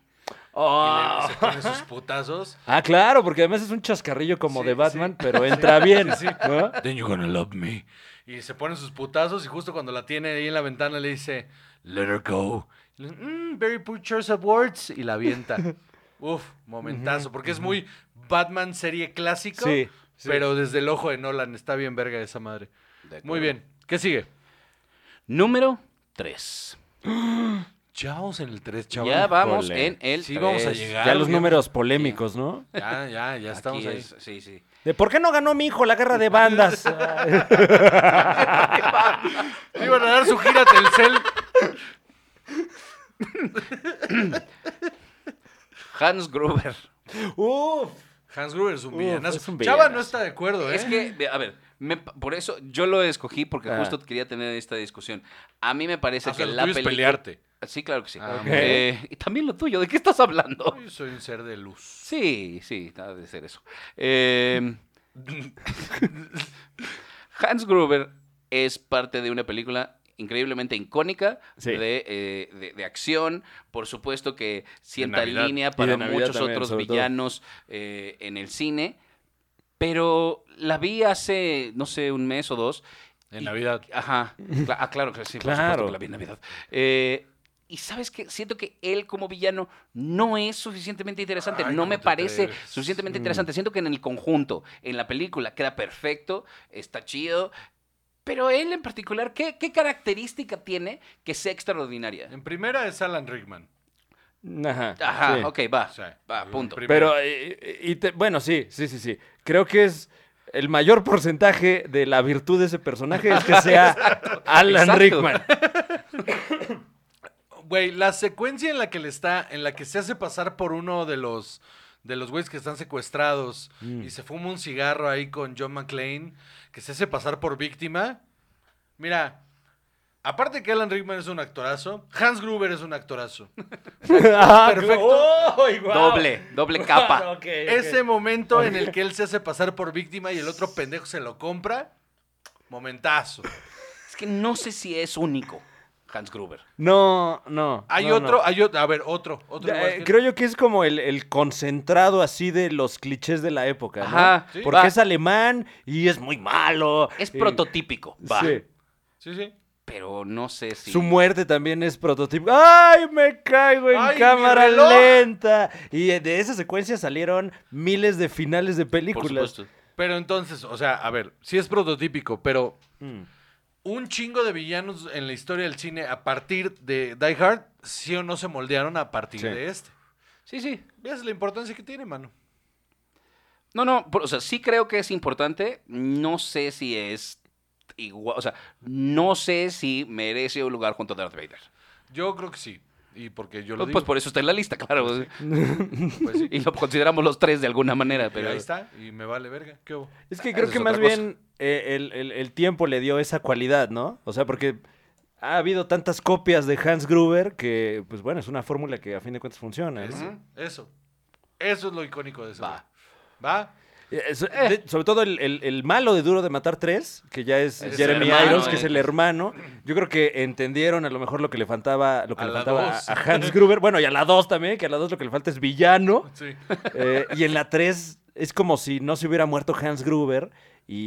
S2: Oh.
S1: Y le, se pone sus putazos.
S2: Ah, claro, porque además es un chascarrillo como
S1: Sí,
S2: de Batman,
S1: sí.
S2: pero entra bien,
S1: sí, sí.
S2: ¿no?
S1: Then you gonna love me. Y se ponen sus putazos y justo cuando la tiene ahí en la ventana le dice, "Let her go." Y le dice, "Mm, very poor choice of words y la avienta. Uf, momentazo, porque es muy Batman serie clásico.
S2: Sí, sí.
S1: Pero desde el ojo de Nolan, está bien verga esa madre.
S3: De acuerdo.
S1: Muy bien, ¿qué sigue?
S3: Número 3.
S1: Ya vamos en el 3, chaval.
S3: Ya vamos
S2: Híjole.
S3: en el
S1: Sí, vamos a
S3: tres.
S1: llegar.
S2: Ya
S1: Claro,
S2: los
S1: bien.
S2: números polémicos, ¿no?
S1: Ya, ya, ya
S3: Aquí
S1: estamos ahí.
S3: es- sí, sí.
S2: De por qué no ganó mi hijo la guerra de bandas.
S1: Sí, Iban a dar su gira a Telcel.
S3: Hans Gruber.
S2: Uf.
S1: Hans Gruber es un
S2: Uf,
S1: villanazo.
S2: es un
S1: Chava no
S2: villanazo.
S1: está de acuerdo, ¿eh?
S3: Es que, de- a ver, me pa- por eso yo lo escogí porque
S2: Ah.
S3: justo quería tener esta discusión. A mí me parece
S1: Ah, O sea,
S3: que
S1: lo
S3: la
S1: tuyo es
S3: película...
S1: pelearte.
S3: Sí, claro que sí.
S1: Ah,
S2: ok.
S3: Eh, y también lo tuyo, ¿de qué estás hablando?
S1: Yo soy un ser de luz.
S3: Sí, sí, nada de ser eso. Eh, Hans Gruber es parte de una película increíblemente icónica
S2: Sí.
S3: de, eh, de- de acción. Por supuesto que sienta
S1: Navidad.
S3: línea
S2: de
S3: para
S2: Navidad
S3: muchos
S2: también,
S3: otros
S2: sobre todo.
S3: villanos eh, en el cine. Pero la vi hace, no sé, un mes o dos.
S1: En
S3: Y-
S1: Navidad.
S3: Ajá. Cla- ah, claro que sí, por
S2: Claro.
S3: supuesto que la vi en Navidad. Eh, y sabes que siento que él como villano no es suficientemente interesante,
S1: Ay,
S3: no
S1: ¿cómo
S3: me
S1: te
S3: parece
S1: atreves?
S3: suficientemente
S2: Mm.
S3: interesante. Siento que en el conjunto, en la película, queda perfecto, está chido, pero él en particular, ¿qué, qué característica tiene que sea extraordinaria?
S2: Em,
S1: En primera es Alan Rickman.
S2: Ajá.
S3: Ajá,
S2: sí. Em,
S3: ok, va,
S1: O sea,
S3: va,
S1: en
S3: punto.
S1: primera.
S2: Pero, eh, eh, y te- bueno, sí, sí, sí, sí. Creo que es el mayor porcentaje de la virtud de ese personaje es que sea Alan
S3: exacto.
S2: Rickman.
S1: Güey, la secuencia en la que le está, en la que se hace pasar por uno de los de los güeyes que están secuestrados
S2: Mm.
S1: y se fuma un cigarro ahí con John McClane, que se hace pasar por víctima. Mira, aparte que Alan Rickman es un actorazo, Hans Gruber es un actorazo.
S2: Perfecto. ¡Oh,
S3: Doble, doble capa.
S1: Ese momento en el que él se hace pasar por víctima y el otro pendejo se lo compra, momentazo.
S3: Es que no sé si es único, Hans Gruber.
S2: No, no.
S1: Hay
S2: no, no.
S1: otro, hay otro, a ver, otro, otro.
S2: Eh,
S1: igual que-
S2: creo yo que es como el, el concentrado así de los clichés de la época, ¿no?
S3: Ajá,
S1: sí.
S2: Porque
S3: Va.
S2: es alemán y es muy malo.
S3: Es
S2: y-
S3: prototípico, va,
S2: Sí.
S1: Sí, sí.
S3: pero no sé si...
S2: Su muerte también es prototipo. ¡Ay, me caigo en
S1: ¡Ay, mi
S2: cámara
S1: reloj!
S2: lenta! Y eh, de esa secuencia salieron miles de finales de
S3: por
S2: películas.
S3: supuesto.
S1: Pero entonces, o sea, a ver, sí es prototípico, pero
S2: Mm.
S1: un chingo de villanos en la historia del cine a partir de Die Hard, sí o no se moldearon a partir
S2: Sí.
S1: de este.
S3: Sí, sí.
S1: ¿Ves la importancia que tiene, mano?
S3: No, no, por- o sea, sí creo que es importante. No sé si es igual, o sea, no sé si merece un lugar junto a Darth Vader.
S1: Yo creo que sí. Y porque yo lo
S3: Pues, pues
S1: digo.
S3: por eso está en la lista, claro.
S1: Pues sí.
S3: Y lo consideramos los tres de alguna manera,
S1: Pero
S3: pero...
S1: ahí está, y me vale verga. ¿Qué hubo?
S2: Es que
S3: Esa
S2: creo
S3: Ah, es
S2: que
S3: otra
S2: más
S3: cosa.
S2: bien eh, el, el- el tiempo le dio esa cualidad, ¿no? O sea, porque ha habido tantas copias de Hans Gruber que, pues bueno, es una fórmula que a fin de cuentas funciona. ¿no?
S1: Eso. Eso. Eso es lo icónico de eso.
S3: Va.
S1: ¿Va?
S2: Eh, so- de- sobre todo el, el- el malo de Duro de Matar 3, que ya es,
S3: Es
S2: Jeremy
S3: el hermano,
S2: Irons, que
S3: eh.
S2: es el hermano. Yo creo que entendieron a lo mejor lo que le faltaba, lo que
S3: A
S2: le
S3: la
S2: faltaba
S3: dos.
S2: a, a Hans Gruber. Bueno, y a la 2 también, que a la 2 lo que le falta es villano.
S1: Sí.
S2: Eh, y en la 3 es como si no se hubiera muerto Hans Gruber y,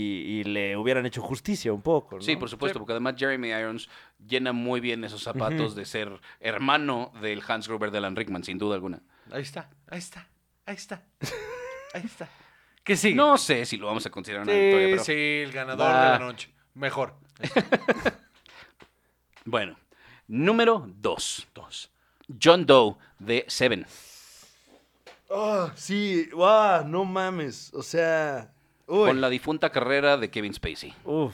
S2: y le hubieran hecho justicia un poco. ¿no?
S3: Sí, por supuesto, porque además Jeremy Irons llena muy bien esos zapatos de ser hermano del Hans Gruber de Alan Rickman, sin duda alguna.
S1: Ahí está, ahí está, ahí está. Ahí está. ¿Qué sigue?
S3: No sé si lo vamos a considerar
S1: sí,
S3: una victoria, pero
S1: sí, el ganador
S2: Va.
S1: de la noche. Mejor.
S3: bueno. Número 2. John Doe de Seven.
S2: Ah, sí, ah, no mames. O sea. uy.
S3: Con la difunta carrera de Kevin Spacey.
S2: Uf,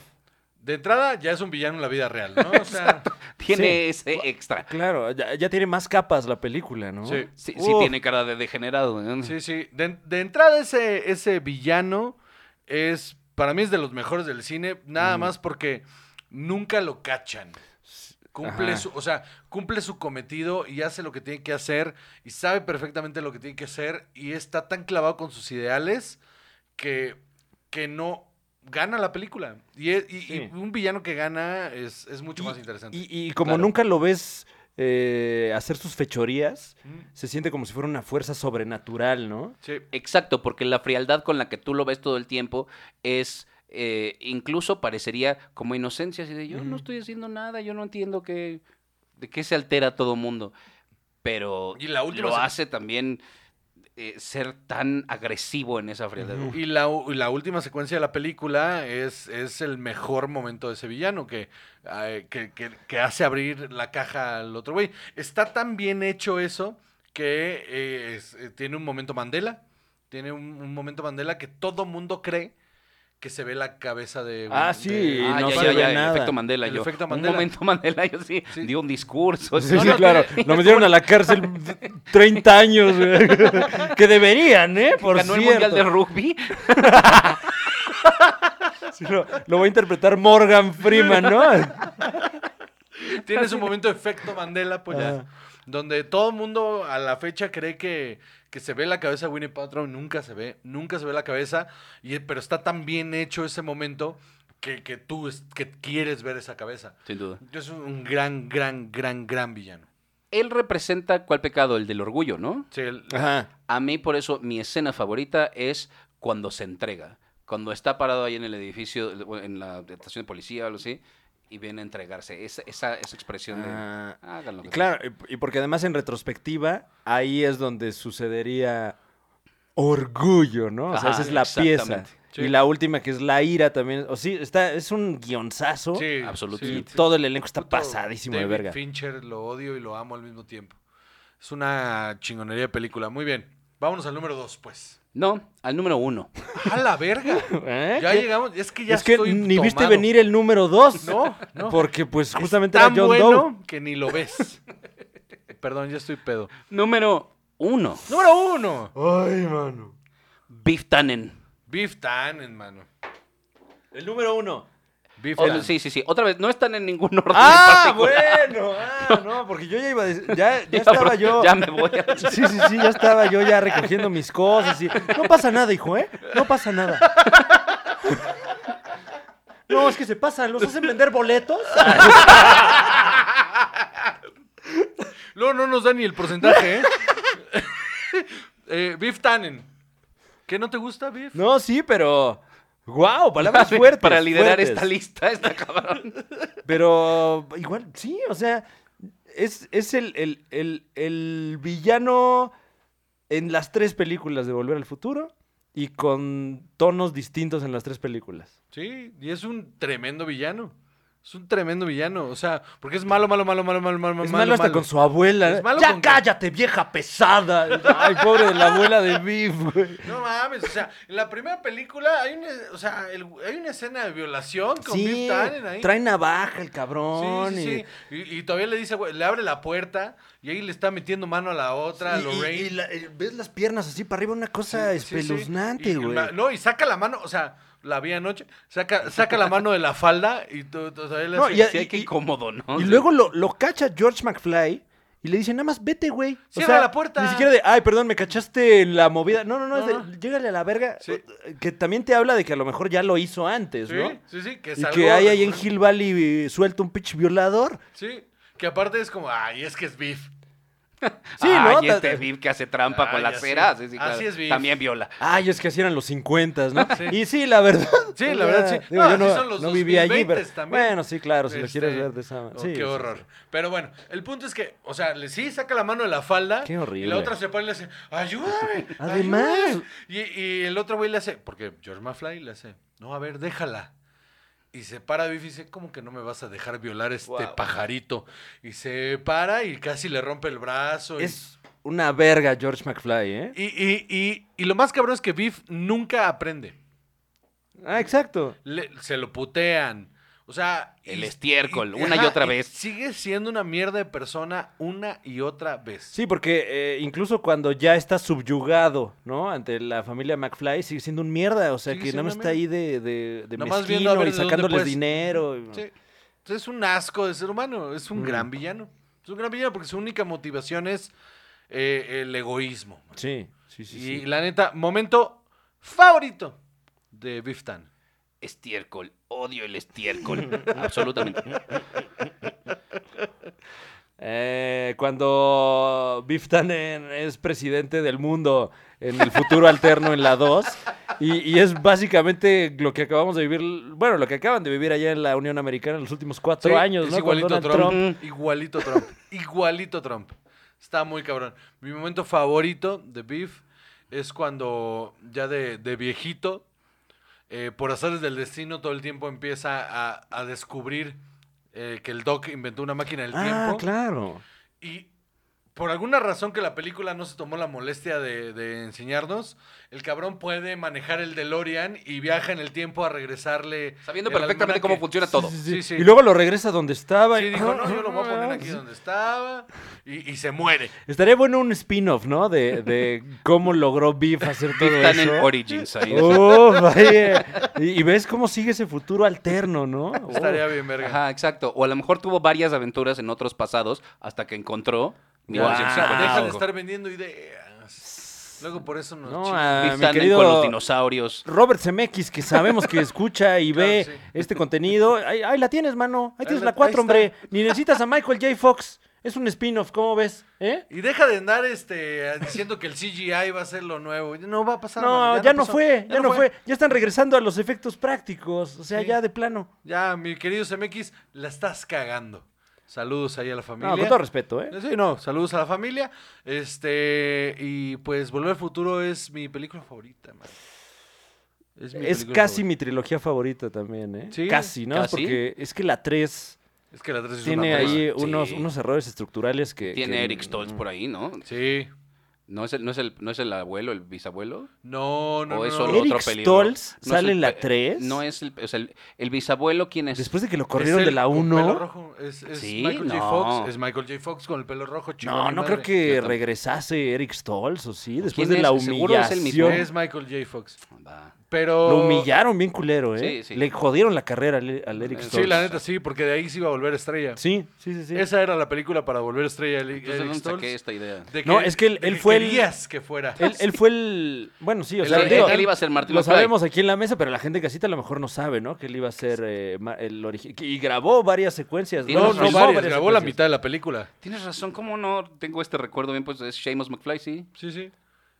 S1: De entrada, ya es un villano en la vida real, ¿no? O sea,
S3: Tiene ese
S2: Gua-
S3: extra.
S2: claro, ya, ya tiene más capas la película, ¿no?
S1: Sí.
S3: Sí, sí
S2: Uf.
S3: tiene cara de degenerado. ¿no?
S1: sí, sí. De, de entrada, ese, ese villano es, para mí, es de los mejores del cine,
S2: Mm.
S1: nada más porque nunca lo cachan. Cumple
S2: Ajá.
S1: su, o sea, cumple su cometido y hace lo que tiene que hacer y sabe perfectamente lo que tiene que hacer y está tan clavado con sus ideales que, que no gana la película. Y, es- y- y
S2: Sí.
S1: un villano que gana es, es mucho más interesante.
S2: Y, y como
S3: Claro.
S2: nunca lo ves eh, hacer sus fechorías,
S1: Mm.
S2: se siente como si fuera una fuerza sobrenatural, ¿no?
S1: Sí.
S3: Exacto, porque la frialdad con la que tú lo ves todo el tiempo es, eh, incluso parecería como inocencia, así de yo no
S2: Ujú.
S3: estoy haciendo nada, yo no entiendo que, de qué se altera todo mundo. Pero
S1: Y la última
S3: lo
S1: se-
S3: hace también eh, ser tan agresivo en esa frialdad. Ah,
S2: Ujú.
S1: Y la, u- la última secuencia de la película es, es el mejor momento de ese villano que, eh, que, que- que hace abrir la caja al otro güey. Está tan bien hecho eso que eh, es- eh, tiene un momento Mandela. Tiene un, un momento Mandela que todo mundo cree que se ve la cabeza de...
S2: Ah,
S1: de-
S2: sí,
S1: de-
S2: no
S3: ya,
S2: se
S3: ya,
S2: ve
S3: ya, el
S2: nada.
S3: efecto Mandela.
S1: El
S3: yo,
S1: efecto
S3: Un
S1: Mandela.
S3: momento Mandela, yo sí,
S1: Sí.
S3: dio un discurso.
S2: Sí,
S3: Pues no,
S2: sí,
S3: no,
S2: claro. Lo metieron a la cárcel 30 años, güey. que deberían, ¿eh? Por
S3: ganó el
S2: cierto.
S3: Mundial de Rugby.
S2: Sí, lo, lo va a interpretar Morgan Freeman, ¿no?
S1: Tienes un momento efecto Mandela, pues ya.
S2: Ajá.
S1: Donde todo el mundo a la fecha cree que, que se ve la cabeza de Winnie Paltrow. Nunca se ve, nunca se ve la cabeza. Y, pero está tan bien hecho ese momento que, que tú es- que quieres ver esa cabeza.
S3: Sin duda.
S1: Es un- un gran, gran, gran, gran villano.
S3: Él representa cuál pecado, el del orgullo, ¿no?
S1: Sí, el-
S2: Ajá.
S3: A mí por eso mi escena favorita es cuando se entrega. Cuando está parado ahí en el edificio, en la estación de policía o algo así, y viene a entregarse. Esa, esa, esa expresión de...
S2: Ah,
S3: "Hagan lo
S2: Y
S3: que
S2: claro, y- y porque además en retrospectiva, ahí es donde sucedería orgullo, ¿no? O sea,
S3: Ajá,
S2: esa es la pieza.
S3: exactamente.
S1: Sí.
S2: Y la última, que es la ira también. O sí, está, es un guionzazo.
S1: sí,
S3: absolutamente.
S2: Y
S1: sí.
S2: todo el elenco está
S1: Puto
S2: pasadísimo de
S1: David
S2: verga.
S1: Fincher lo odio y lo amo al mismo tiempo. Es una chingonería de película. Muy bien. Vámonos al número dos, pues.
S3: No, al número uno.
S1: ¡A la verga!
S2: ¿Eh?
S1: Ya
S2: ¿Qué?
S1: llegamos. Es que ya
S2: es que
S1: estoy
S2: ni viste
S1: tomado.
S2: venir el número 2.
S1: No, no.
S2: Porque pues justamente
S1: tan
S2: era John
S1: bueno
S2: Doe.
S1: que ni lo ves. Perdón, ya estoy pedo.
S3: Número uno.
S1: Número uno.
S2: Ay, mano.
S3: Beef Tannen.
S1: Beef Tannen, mano.
S2: El número uno.
S1: Beef
S3: O-
S1: Tannen.
S3: Oh, sí, sí, sí. Otra vez, no están en ningún orden. en
S2: Ah,
S3: particular.
S2: bueno. Ah, no, porque yo ya iba a decir, ya, ya
S3: Ya,
S2: estaba
S3: bro,
S2: yo.
S3: Ya me voy a...
S2: Sí, sí, sí, ya estaba yo ya recogiendo mis cosas y no pasa nada, hijo, ¿eh? No pasa nada. No, es que se pasan, los hacen vender boletos.
S1: Luego no nos da ni el porcentaje, ¿eh? Eh, Beef Tannen. ¿Qué no te gusta, Beef?
S2: No, sí, pero wow, palabras fuertes.
S3: Para liderar
S2: fuertes.
S3: esta lista, está cabrón.
S2: Pero igual, sí, o sea, es, es el, el- el- el villano en las tres películas de Volver al Futuro y con tonos distintos en las tres películas.
S1: Sí, y es un tremendo villano. Es un tremendo villano. O sea, porque es malo, malo, malo, malo, malo, malo.
S2: Es malo, hasta con su abuela.
S1: Es malo
S2: ya
S1: con-
S2: cállate, vieja pesada. Ay, pobre de la abuela de Biff, güey.
S1: No mames, o sea, en la primera película hay una, o sea, el- hay una escena de violación con
S2: Sí,
S1: Beef Tannen ahí.
S2: trae navaja el
S1: Sí,
S2: cabrón.
S1: sí,
S2: y-
S1: sí. Y, y todavía le dice, güey, le abre la puerta y ahí le está metiendo mano a la otra, a
S2: y- y-
S1: Lorraine.
S2: y la- eh, ves las piernas así para arriba, una cosa
S1: Sí, sí, sí.
S2: espeluznante,
S1: Y-
S2: güey.
S1: la- No, y saca la mano, o sea, la vi anoche, saca, saca la mano de la falda y tú, tú- todavía le
S2: No,
S1: hace-
S2: y-
S3: Sí, qué incómodo, ¿no?
S2: Y
S3: Sí.
S2: luego lo, lo cacha George McFly Y le dicen, nada más vete, güey. O
S1: Cierra
S2: sea,
S1: la puerta.
S2: Ni siquiera de, ay, perdón, me cachaste en la movida. No, no, no, es
S1: No,
S2: de,
S1: no.
S2: llégale a la verga. eh,
S1: Sí.
S2: Que también te habla de que a lo mejor ya lo hizo antes,
S1: Sí,
S2: ¿no?
S1: sí, sí, que
S2: Y
S1: salgo
S2: que hay ahí en
S1: recor-
S2: Hill Valley eh, suelta un pitch violador.
S1: Sí, que aparte es como, ay, es que es beef.
S2: Sí,
S3: Ay,
S2: ¿no?
S3: y
S2: Ta-
S3: este Viv que hace trampa con
S1: Ay,
S3: las
S1: así-
S3: ceras. sí, claro.
S1: así es Viv.
S3: También viola.
S2: Ay, es que así eran los 50, ¿no? Y sí, la verdad.
S1: Sí,
S2: o
S1: la
S2: sea,
S1: verdad, sí.
S2: digo,
S1: No,
S2: yo
S1: así
S2: no,
S1: son los
S2: no vivía allí, pero.
S1: 2020s también.
S2: Bueno, sí, claro, si lo
S1: Este,
S2: quieres ver de esa
S1: oh,
S2: sí, sí,
S1: qué
S2: sí.
S1: horror. Pero bueno, el punto es que, o sea, le sí saca la mano de la falda.
S2: Qué horrible.
S1: Y la otra se pone y le hace, ayúdame.
S2: Además.
S1: ayúdame". Y, y el otro güey le hace, porque George Mafly le hace, no, a ver, déjala. Y se para Biff y dice, ¿cómo que no me vas a dejar violar este
S2: Guau.
S1: pajarito? Y se para y casi le rompe el brazo. y-
S2: Es una verga, George McFly, ¿eh?
S1: Y, y- y- y lo más cabrón es que Biff nunca aprende.
S2: Ah, exacto.
S1: Le- se lo putean. O sea.
S3: El estiércol, una y otra vez.
S1: Sigue siendo una mierda de persona una y otra vez.
S2: Sí, porque eh, incluso cuando ya está subyugado, ¿no? Ante la familia McFly, sigue siendo un mierda. O sea,
S1: Sigue
S2: que
S1: siendo
S2: nada más
S1: una
S2: está ahí de, de, de
S1: Nada más viendo a ver
S2: mezquino y
S1: de dónde
S2: sacándoles
S1: puedes-
S2: dinero. y-
S1: Sí. Es un asco de ser humano. Es un
S2: Mm.
S1: gran villano. Es un gran villano porque su única motivación es eh, el egoísmo.
S2: Sí, sí, sí.
S1: y
S2: sí.
S1: la neta, momento favorito de Biff Tan.
S3: Estiércol. Odio el estiércol. Absolutamente.
S2: Eh, cuando Biff Tannen es presidente del mundo en el futuro alterno en la 2. Y, y es básicamente lo que acabamos de vivir, bueno, lo que acaban de vivir allá en la Unión Americana en los últimos cuatro
S1: Sí,
S2: años,
S1: es
S2: ¿no? Con
S1: igualito a
S2: Donald
S1: Trump,
S2: Trump.
S1: Igualito a Trump. igualito a Trump. Está muy cabrón. Mi momento favorito de Beef es cuando ya de, de viejito, eh, por azares del destino, todo el tiempo empieza a, a descubrir eh, que el Doc inventó una máquina del
S2: Ah,
S1: tiempo.
S2: claro.
S1: Y por alguna razón que la película no se tomó la molestia de, de enseñarnos, el cabrón puede manejar el DeLorean y viaja en el tiempo a regresarle.
S3: Sabiendo
S1: el
S3: perfectamente cómo
S1: almanaque.
S3: funciona todo.
S2: Sí, sí,
S1: Sí,
S2: sí.
S1: sí.
S2: Y luego lo regresa donde estaba.
S1: Sí,
S2: y-
S1: dijo, no, yo lo voy a poner aquí donde estaba. Y, y se muere.
S2: Estaría bueno un spin-off, ¿no? De, de cómo logró Biff hacer todo
S3: Están en
S2: eso.
S3: Origins ahí.
S2: Uf, vaya. Y, y ves cómo sigue ese futuro alterno, ¿no? Oh.
S1: Estaría bien, verga.
S3: Ajá, exacto. O a lo mejor tuvo varias aventuras en otros pasados hasta que encontró
S1: Wow. Deja de
S3: 1955.
S1: estar vendiendo ideas. Luego por eso nos
S2: No,
S1: chingan.
S2: ah,
S3: Biff
S2: mi
S3: Tannen
S2: querido
S3: con los dinosaurios.
S2: Robert Zemeckis, que sabemos que escucha y
S1: Claro,
S2: ve
S1: sí.
S2: este contenido. Ahí, ahí la tienes, mano. Ahí tienes
S1: la-
S2: la 4,
S1: ahí
S2: hombre.
S1: está.
S2: Ni necesitas a Michael J. Fox. Es un spin-off, ¿cómo ves? ¿Eh?
S1: Y deja de andar este diciendo que el CGI va a ser lo nuevo. No va a pasar.
S2: No,
S1: mano,
S2: ya, no, fue, ya no fue. Ya están regresando a los efectos prácticos. O sea,
S1: Sí.
S2: ya de plano.
S1: Ya, mi querido CMX, la estás cagando. Saludos ahí a la familia.
S2: No, con todo respeto, ¿eh?
S1: Sí, no, saludos a la familia. Este, y pues Volver al Futuro es mi película favorita, man.
S2: Es,
S1: mi película
S2: casi
S1: favorita.
S2: mi trilogía favorita también, ¿eh?
S1: Sí,
S2: casi, ¿no?
S3: casi.
S2: Porque es que la 3
S1: Es que la 3 es
S2: tiene
S1: una mamada.
S2: ahí
S3: Sí.
S2: unos, unos errores estructurales que...
S3: Tiene
S2: que-
S3: Eric Stoltz por ahí, ¿no?
S1: Sí.
S3: ¿No es, el, no, es el, ¿No es el abuelo, el bisabuelo?
S1: No, no,
S3: ¿O
S1: no,
S3: es
S1: no.
S3: solo
S2: Eric
S3: otro peligro?
S2: Stoltz
S3: No es
S2: sale
S3: el
S2: en la
S3: pe-
S2: tres.
S3: No es el... O sea, el, el bisabuelo, ¿quién es?
S2: Después de que lo
S1: Es
S2: corrieron de
S1: él
S2: la
S1: con
S2: 1...
S1: pelo rojo, Es, es
S3: Sí,
S1: Michael J.
S3: no.
S1: Fox. Es Michael J. Fox con el pelo rojo, chico.
S2: No,
S1: mi
S2: no creo
S1: madre.
S2: que
S3: tampoco.
S2: regresase Eric Stolz, o sí, después
S3: quién
S2: de la
S3: es? Seguro es el mismo.
S2: humillación.
S1: Es Michael J. Fox.
S3: Va.
S1: Pero.
S2: Lo humillaron bien culero, ¿eh?
S3: Sí, sí.
S2: Le jodieron la carrera al, al Eric
S3: Sí,
S2: Stolz.
S1: Sí, la neta sí, porque de ahí se iba a volver estrella.
S2: Sí, sí, sí. sí.
S1: Esa era la película para volver estrella. Eli-
S3: Entonces, ¿de
S1: Eric
S3: ¿dónde
S1: Stoltz.
S3: saqué esta idea?
S1: De
S2: No, es que él- él fue el-
S1: Querías que fuera.
S2: Él, él fue el... Bueno, sí, o
S1: Él-
S2: sea,
S1: él-
S2: digo,
S1: él
S3: iba a ser Martin
S2: Lo
S3: McFly.
S2: sabemos aquí en la mesa, pero la gente de casita a lo mejor no sabe, ¿no? Que él iba a ser eh, ma- el origen... Y grabó varias secuencias.
S3: Sí,
S2: ¿no?
S1: no,
S3: nos
S1: no,
S2: Filmó
S1: varias. Grabó la
S2: secuencias.
S1: mitad de la película.
S3: Tienes razón, ¿cómo no tengo este recuerdo bien? Pues es Seamus McFly, sí.
S1: Sí, sí.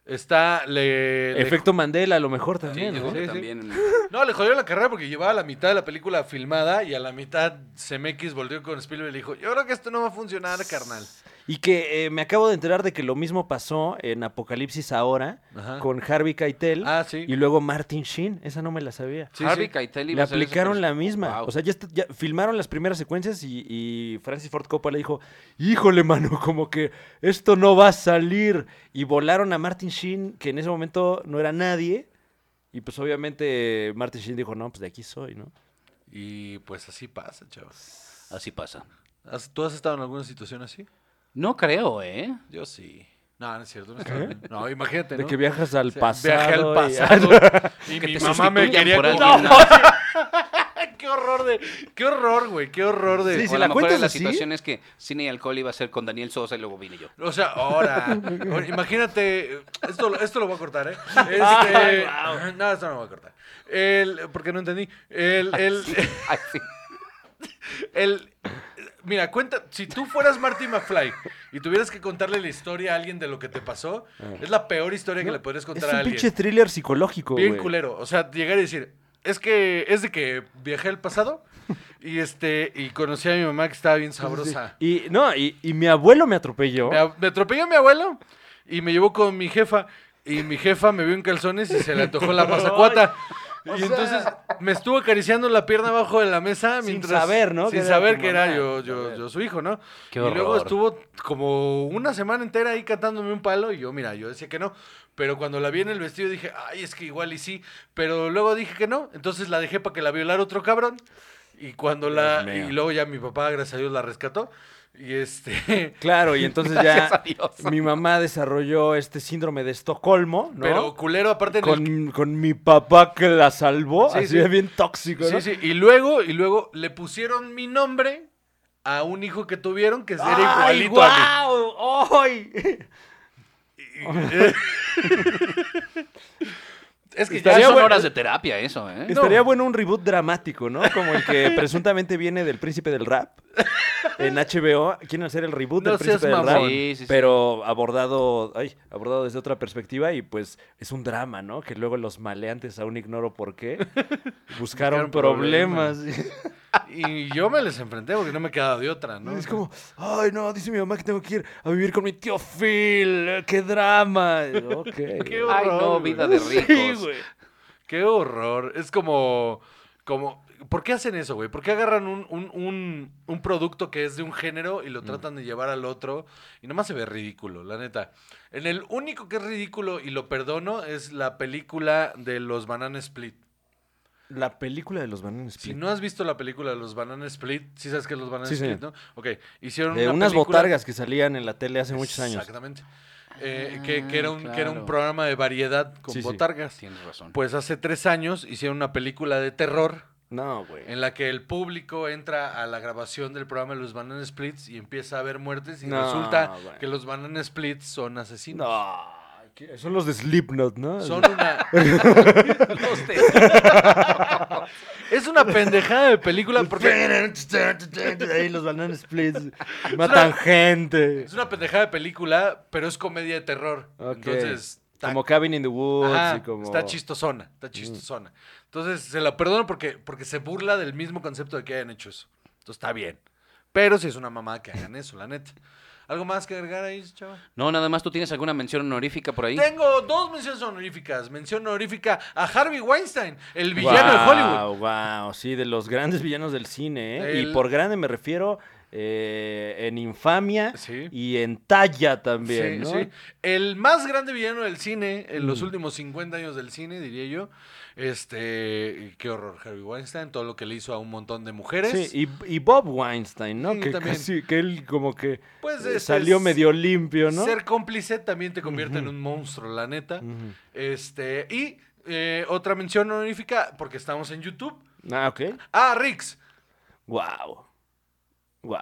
S1: Está. Le, le-
S2: Efecto Mandela, a lo mejor
S3: Sí,
S2: también.
S3: yo
S2: ¿no?
S3: creo que
S1: sí, sí.
S3: también.
S1: No, le jodió la carrera porque llevaba la mitad de la película filmada y a la mitad Zemeckis volvió con Spielberg y le dijo: Yo creo que esto no va a funcionar, carnal.
S2: Y que eh, me acabo de enterar de que lo mismo pasó en Apocalipsis Ahora
S1: Ajá.
S2: con Harvey Keitel
S1: Ah, sí.
S2: y luego Martin Sheen. Esa no me la sabía.
S1: Sí,
S3: Harvey
S1: sí.
S3: Keitel iba
S2: Le
S3: a ser ese
S2: aplicaron
S3: pers-
S2: la misma.
S3: Wow.
S2: O sea, ya, está- ya filmaron las primeras secuencias y, y Francis Ford Coppola dijo, híjole, mano, como que esto no va a salir. Y volaron a Martin Sheen, que en ese momento no era nadie. Y pues obviamente eh, Martin Sheen dijo, no, pues de aquí soy, ¿no?
S1: Y pues así pasa, chavos.
S3: Así pasa.
S1: ¿Has- ¿Tú has estado en alguna situación así?
S3: No creo, ¿eh?
S1: Yo sí. No, no es cierto. No, he estado en- no imagínate.
S2: ¿Eh? De
S1: ¿no?
S2: que viajas al
S1: O sea,
S2: pasado.
S1: Viajé al
S2: y-
S1: pasado. Y,
S3: Que
S1: mi
S3: te
S1: mamá me
S3: sustituyan
S1: quería
S3: por
S1: coger.
S3: alguien.
S1: No, qué horror de. Qué horror, güey. Qué horror de.
S2: Sí, sí.
S3: o a
S2: la
S3: lo mejor
S2: cuentas
S3: en la
S2: así-
S3: situación es que cine y alcohol iba a ser con Daniel Sosa y luego vine yo.
S1: O sea, ahora. ahora, Imagínate. Esto, lo- esto lo voy a cortar, ¿eh? Este, No, esto no lo voy a cortar. El, porque no entendí. El. el,
S3: Ay, sí.
S1: el- mira, cuenta. Si tú fueras Marty McFly y tuvieras que contarle la historia a alguien de lo que te pasó, es la peor historia que le podrías
S2: Ah. Es
S1: contar a
S2: un
S1: alguien.
S2: pinche thriller psicológico,
S1: Bien
S2: güey.
S1: culero. O sea, llegar y decir, es que es de que viajé al pasado y este y conocí a mi mamá que estaba bien sabrosa.
S2: Y no, y, y mi abuelo me atropelló.
S1: Me, a- me atropelló mi abuelo y me llevó con mi jefa y mi jefa me vio en calzones y se le antojó la pasacuata. Y entonces me estuvo acariciando la pierna abajo de la mesa
S2: Sin
S1: mientras
S2: saber, ¿no?
S1: Sin
S2: que era
S1: saber
S2: tu
S1: que era
S2: mamá.
S1: yo, yo, yo su hijo, ¿no?
S3: Qué
S1: y luego
S3: horror.
S1: estuvo como una semana entera ahí catándome un palo y yo, mira, yo decía que no. Pero cuando la vi en el vestido dije, ay, es que igual y sí. Pero luego dije que no, entonces la dejé para que la violara otro cabrón. Y cuando la...
S2: mío.
S1: Y luego ya mi papá, gracias a Dios, la rescató. Y este...
S2: Claro, y entonces
S3: Gracias
S2: ya
S3: a Dios.
S2: mi mamá desarrolló este síndrome de Estocolmo, ¿no?
S1: Pero culero, aparte... en el-
S2: con, con mi papá que la salvó,
S1: Sí,
S2: así
S1: sí.
S2: de bien tóxico,
S1: Sí,
S2: ¿no?
S1: sí. Y luego, y luego le pusieron mi nombre a un hijo que tuvieron que era
S2: ¡Ay,
S1: igualito a
S2: guau! ¡Ay!
S1: mí. Es que ya
S2: Estaría
S3: son
S2: bueno-
S3: horas de terapia eso, ¿eh?
S2: Estaría bueno un reboot dramático, ¿no? Como el que presuntamente viene del Príncipe del Rap. En HBO quieren hacer el reboot
S1: No
S2: del Príncipe
S1: seas
S2: del Rap,
S1: mamón.
S3: Sí, sí, sí.
S2: pero abordado, ay, abordado desde otra perspectiva y pues es un drama, ¿no? Que luego los maleantes, aún ignoro por qué, buscaron
S1: Buscaron problemas.
S2: problemas.
S1: Y yo me les enfrenté porque no me quedaba de otra, ¿no?
S2: Es como, ay, no, dice mi mamá que tengo que ir a vivir con mi tío Phil, eh, qué drama. Ok. Ah,
S1: Qué
S3: Ay, no,
S1: horror,
S3: vida de
S1: güey.
S3: ricos.
S2: Sí, güey.
S1: Qué horror. Es como. como ¿Por qué hacen eso, güey? ¿Por qué agarran un, un, un, un producto que es de un género y
S2: Mm.
S1: lo tratan de llevar al otro? Y nomás se ve ridículo, la neta. En el único que es ridículo y lo perdono es la película de los Banana Split.
S2: La película de los Banana
S1: Si
S2: Split.
S1: no has visto la película de los Banana Split, sí sabes que los Banana
S2: Sí,
S1: Split,
S2: señor.
S1: ¿no? Ok, hicieron
S2: de
S1: una
S2: unas
S1: película-
S2: botargas que salían en la tele hace muchos años.
S1: Exactamente. Eh,
S3: Ah,
S1: que, que era un, que era un
S3: claro.
S1: programa de variedad con
S2: Sí, sí.
S1: botargas.
S3: Tienes razón.
S1: Pues hace tres años hicieron una película de terror
S2: No, güey.
S1: en la que el público entra a la grabación del programa de los Banana Splits y empieza a ver muertes y
S2: No,
S1: resulta
S2: bueno.
S1: que los Banana Splits son asesinos.
S2: No. ¿qué? Son los de Slipknot, ¿no?
S1: Son una... es una pendejada de película porque...
S2: Ahí los Banana Splits matan gente.
S1: Es una pendejada de película, pero es comedia de terror.
S2: Ok.
S1: Entonces, está,
S2: Como Cabin in the Woods
S1: ajá,
S2: y como...
S1: está chistosona, está chistosona. Entonces, se la perdono porque, porque se burla del mismo concepto de que hayan hecho eso. Entonces, está bien. Pero si es una mamada que hagan eso, la neta. ¿Algo más que agregar ahí, chaval?
S3: No, nada más tú tienes alguna mención honorífica por ahí.
S1: Tengo dos menciones honoríficas. Mención honorífica a Harvey Weinstein, el villano de Hollywood.
S2: Wow, sí, de los grandes villanos del cine, ¿eh?
S1: El-
S2: Y por grande me refiero eh, en infamia
S1: Sí.
S2: y en talla
S1: Sí,
S2: también, ¿no? Mm.
S1: sí. El más grande villano del cine, en los últimos 50 años del cine, diría yo. Este, y qué horror, Harvey Weinstein, todo lo que le hizo a un montón de mujeres.
S2: Sí, y, y Bob Weinstein, ¿no?
S1: Sí,
S2: que
S1: también.
S2: casi- que él como que
S1: Pues,
S2: eh,
S1: este,
S2: salió
S1: es-
S2: medio limpio, ¿no?
S1: Ser cómplice también te convierte en un monstruo, la neta.
S2: Ujú.
S1: Este, y eh, otra mención honorífica, porque estamos en YouTube.
S2: Ah, ok.
S1: Ah, Rix.
S2: Wow. Wow.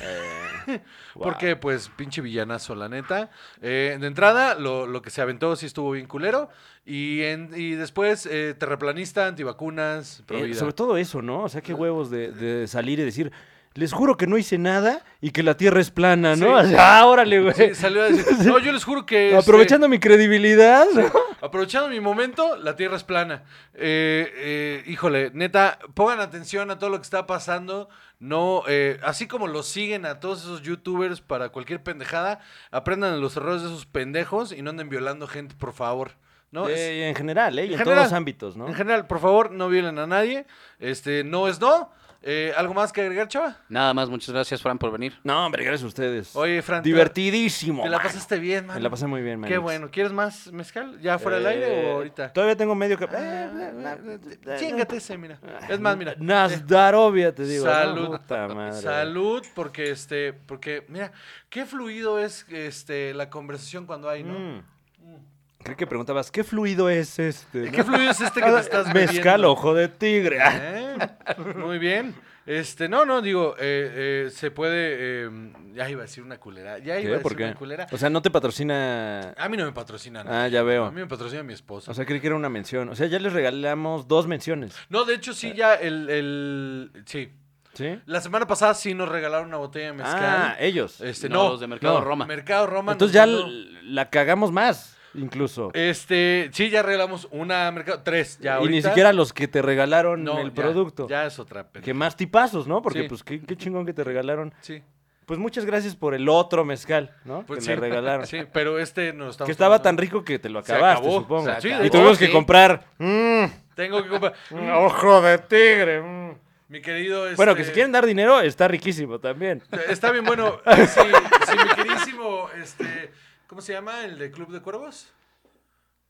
S2: Eh,
S1: Porque, pues, pinche villanazo, la neta. Eh, de entrada, lo, lo que se aventó sí estuvo bien culero. Y, en- y después, eh, terraplanista, antivacunas, pro vida.
S2: Eh, sobre todo eso, ¿no? O sea, qué huevos de, de salir y decir, les juro que no hice nada y que la tierra es plana, ¿no?
S1: Sí.
S2: O sea, ah, órale, güey.
S1: Sí, salió a decir, no, yo les juro que... este,
S2: Aprovechando mi credibilidad.
S1: aprovechando mi momento, la tierra es plana. Eh, eh, híjole, neta, pongan atención a todo lo que está pasando. No, eh, así como lo siguen a todos esos youtubers para cualquier pendejada, aprendan de los errores de esos pendejos y no anden violando gente, por favor. ¿no? Es-
S2: Eh, en general, ¿eh? Y en,
S1: en
S2: todos los
S1: general.
S2: ámbitos, ¿no?
S1: En general, por favor, no violen a nadie. Este, no es no. Eh, ¿Algo más que agregar, chava?
S3: Nada más, muchas gracias, Fran, por venir.
S2: No, hombre, gracias a ustedes.
S1: Oye, Fran, te-
S2: Divertidísimo.
S1: Te la
S2: mano.
S1: pasaste bien, man.
S2: Me la pasé muy bien, Eh, man.
S1: Qué bueno. ¿Quieres más mezcal? ¿Ya fuera del aire o ahorita? Ah,
S2: Todavía tengo medio
S1: Eh,
S2: que... Eh,
S1: Chíngate eh, ese, mira. Es más, mira.
S2: Nasdarovia, eh, te digo. ¿no?
S1: Salud.
S2: Puta madre.
S1: Salud, porque este, porque, mira, qué fluido es este la conversación cuando hay, ¿no?
S2: Mm. Creo que preguntabas, ¿qué fluido es este?
S1: ¿Qué fluido es este que te estás bebiendo?
S2: Mezcal, ojo de tigre. Ah,
S1: ¿Eh? Muy bien. Este, no, no, digo, eh, eh, se puede. eh, ya iba a decir una culera. Ya iba a
S2: ¿Qué?
S1: decir
S2: ¿Por qué?
S1: una culera.
S2: O sea, no te patrocina.
S1: A mí no me patrocinan.
S2: Ah, ya
S1: A
S2: veo.
S1: mí me patrocina mi esposa.
S2: O sea, creí que era una mención. O sea, ya les regalamos dos menciones.
S1: no, de hecho,
S2: eh.
S1: sí, ya el, el- Sí.
S2: ¿Sí?
S1: La semana pasada sí nos regalaron una botella de mezcal.
S2: Ah, ellos.
S1: este,
S3: No,
S1: no.
S3: los de Mercado
S2: no.
S3: Roma.
S1: Mercado Roma.
S2: Entonces ya
S1: nos
S2: l-
S1: mandó-
S2: la cagamos más, incluso.
S1: Este, sí, ya regalamos una mercado. Tres, ya
S2: y
S1: ahorita.
S2: ni siquiera los que te regalaron
S1: No,
S2: el
S1: ya,
S2: producto.
S1: Ya es otra peli.
S2: Que más tipazos, ¿no? Porque,
S1: Sí.
S2: pues, qué, qué chingón que te regalaron.
S1: Sí.
S2: Pues muchas gracias por el otro mezcal, ¿no?
S1: Pues
S2: que
S1: sí,
S2: me regalaron.
S1: Sí, pero este nos estamos
S2: que estaba tan
S1: tomando.
S2: rico que te lo
S1: Se
S2: acabaste,
S1: acabó,
S2: supongo.
S1: se Sí,
S3: acabó.
S2: y tuvimos que
S3: sí.
S2: comprar. mm,
S1: Tengo que comprar.
S2: un ojo de tigre. mm.
S1: Mi querido.
S2: Bueno,
S1: este,
S2: que si quieren dar dinero, está riquísimo también.
S1: Está bien, bueno. Si, si mi queridísimo. Este, ¿Cómo se llama? ¿El de Club de Cuervos?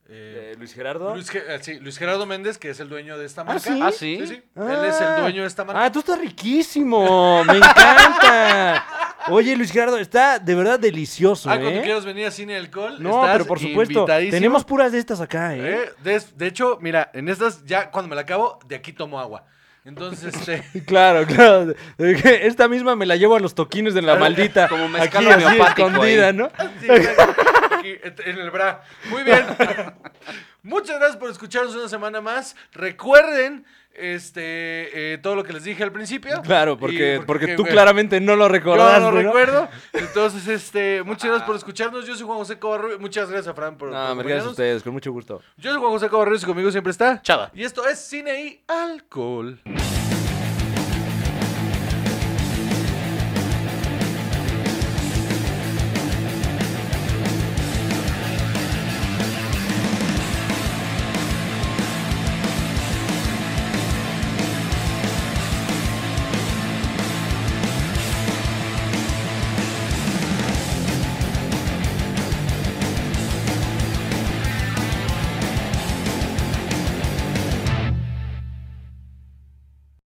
S1: Eh,
S2: Eh, Luis Gerardo.
S1: Luis, Ge- eh, sí, Luis Gerardo Méndez, que es el dueño de esta marca.
S2: ¿sí?
S3: Ah, sí.
S1: Sí, sí. Él es el dueño de esta marca.
S2: Ah, tú estás riquísimo. Me encanta. Oye, Luis Gerardo, está de verdad delicioso,
S1: Ah,
S2: ¿eh?
S1: cuando quieras venir a Cine Alcohol.
S2: No,
S1: estás
S2: pero por supuesto.
S1: invitadísimo.
S2: Tenemos puras de estas acá, ¿eh?
S1: Eh, De, de hecho, mira, en estas ya cuando me la acabo, de aquí tomo agua. Entonces, este,
S2: Claro, claro. Esta misma me la llevo a los toquines de la
S1: Eh,
S2: maldita.
S3: como mezcal
S2: aquí, así,
S3: homeopático
S2: escondida,
S3: ahí.
S2: ¿no?
S1: sí, aquí, en el bra. Muy bien. Muchas gracias por escucharnos una semana más. Recuerden este eh, todo lo que les dije al principio.
S2: Claro, porque,
S1: Y
S2: porque, tú
S1: güey,
S2: claramente no lo
S1: Yo
S2: recordás,
S1: no lo
S2: ¿no?
S1: recuerdo. Entonces, este, muchas gracias por escucharnos. Yo soy Juan José Cobarrubio. Muchas gracias a Fran por.
S2: No,
S1: por
S2: me gracias a
S1: acompañarnos.
S2: ustedes, con mucho gusto.
S1: Yo soy Juan José Cobarrubio y conmigo siempre está
S3: Chava.
S1: Y esto es Cine y Alcohol.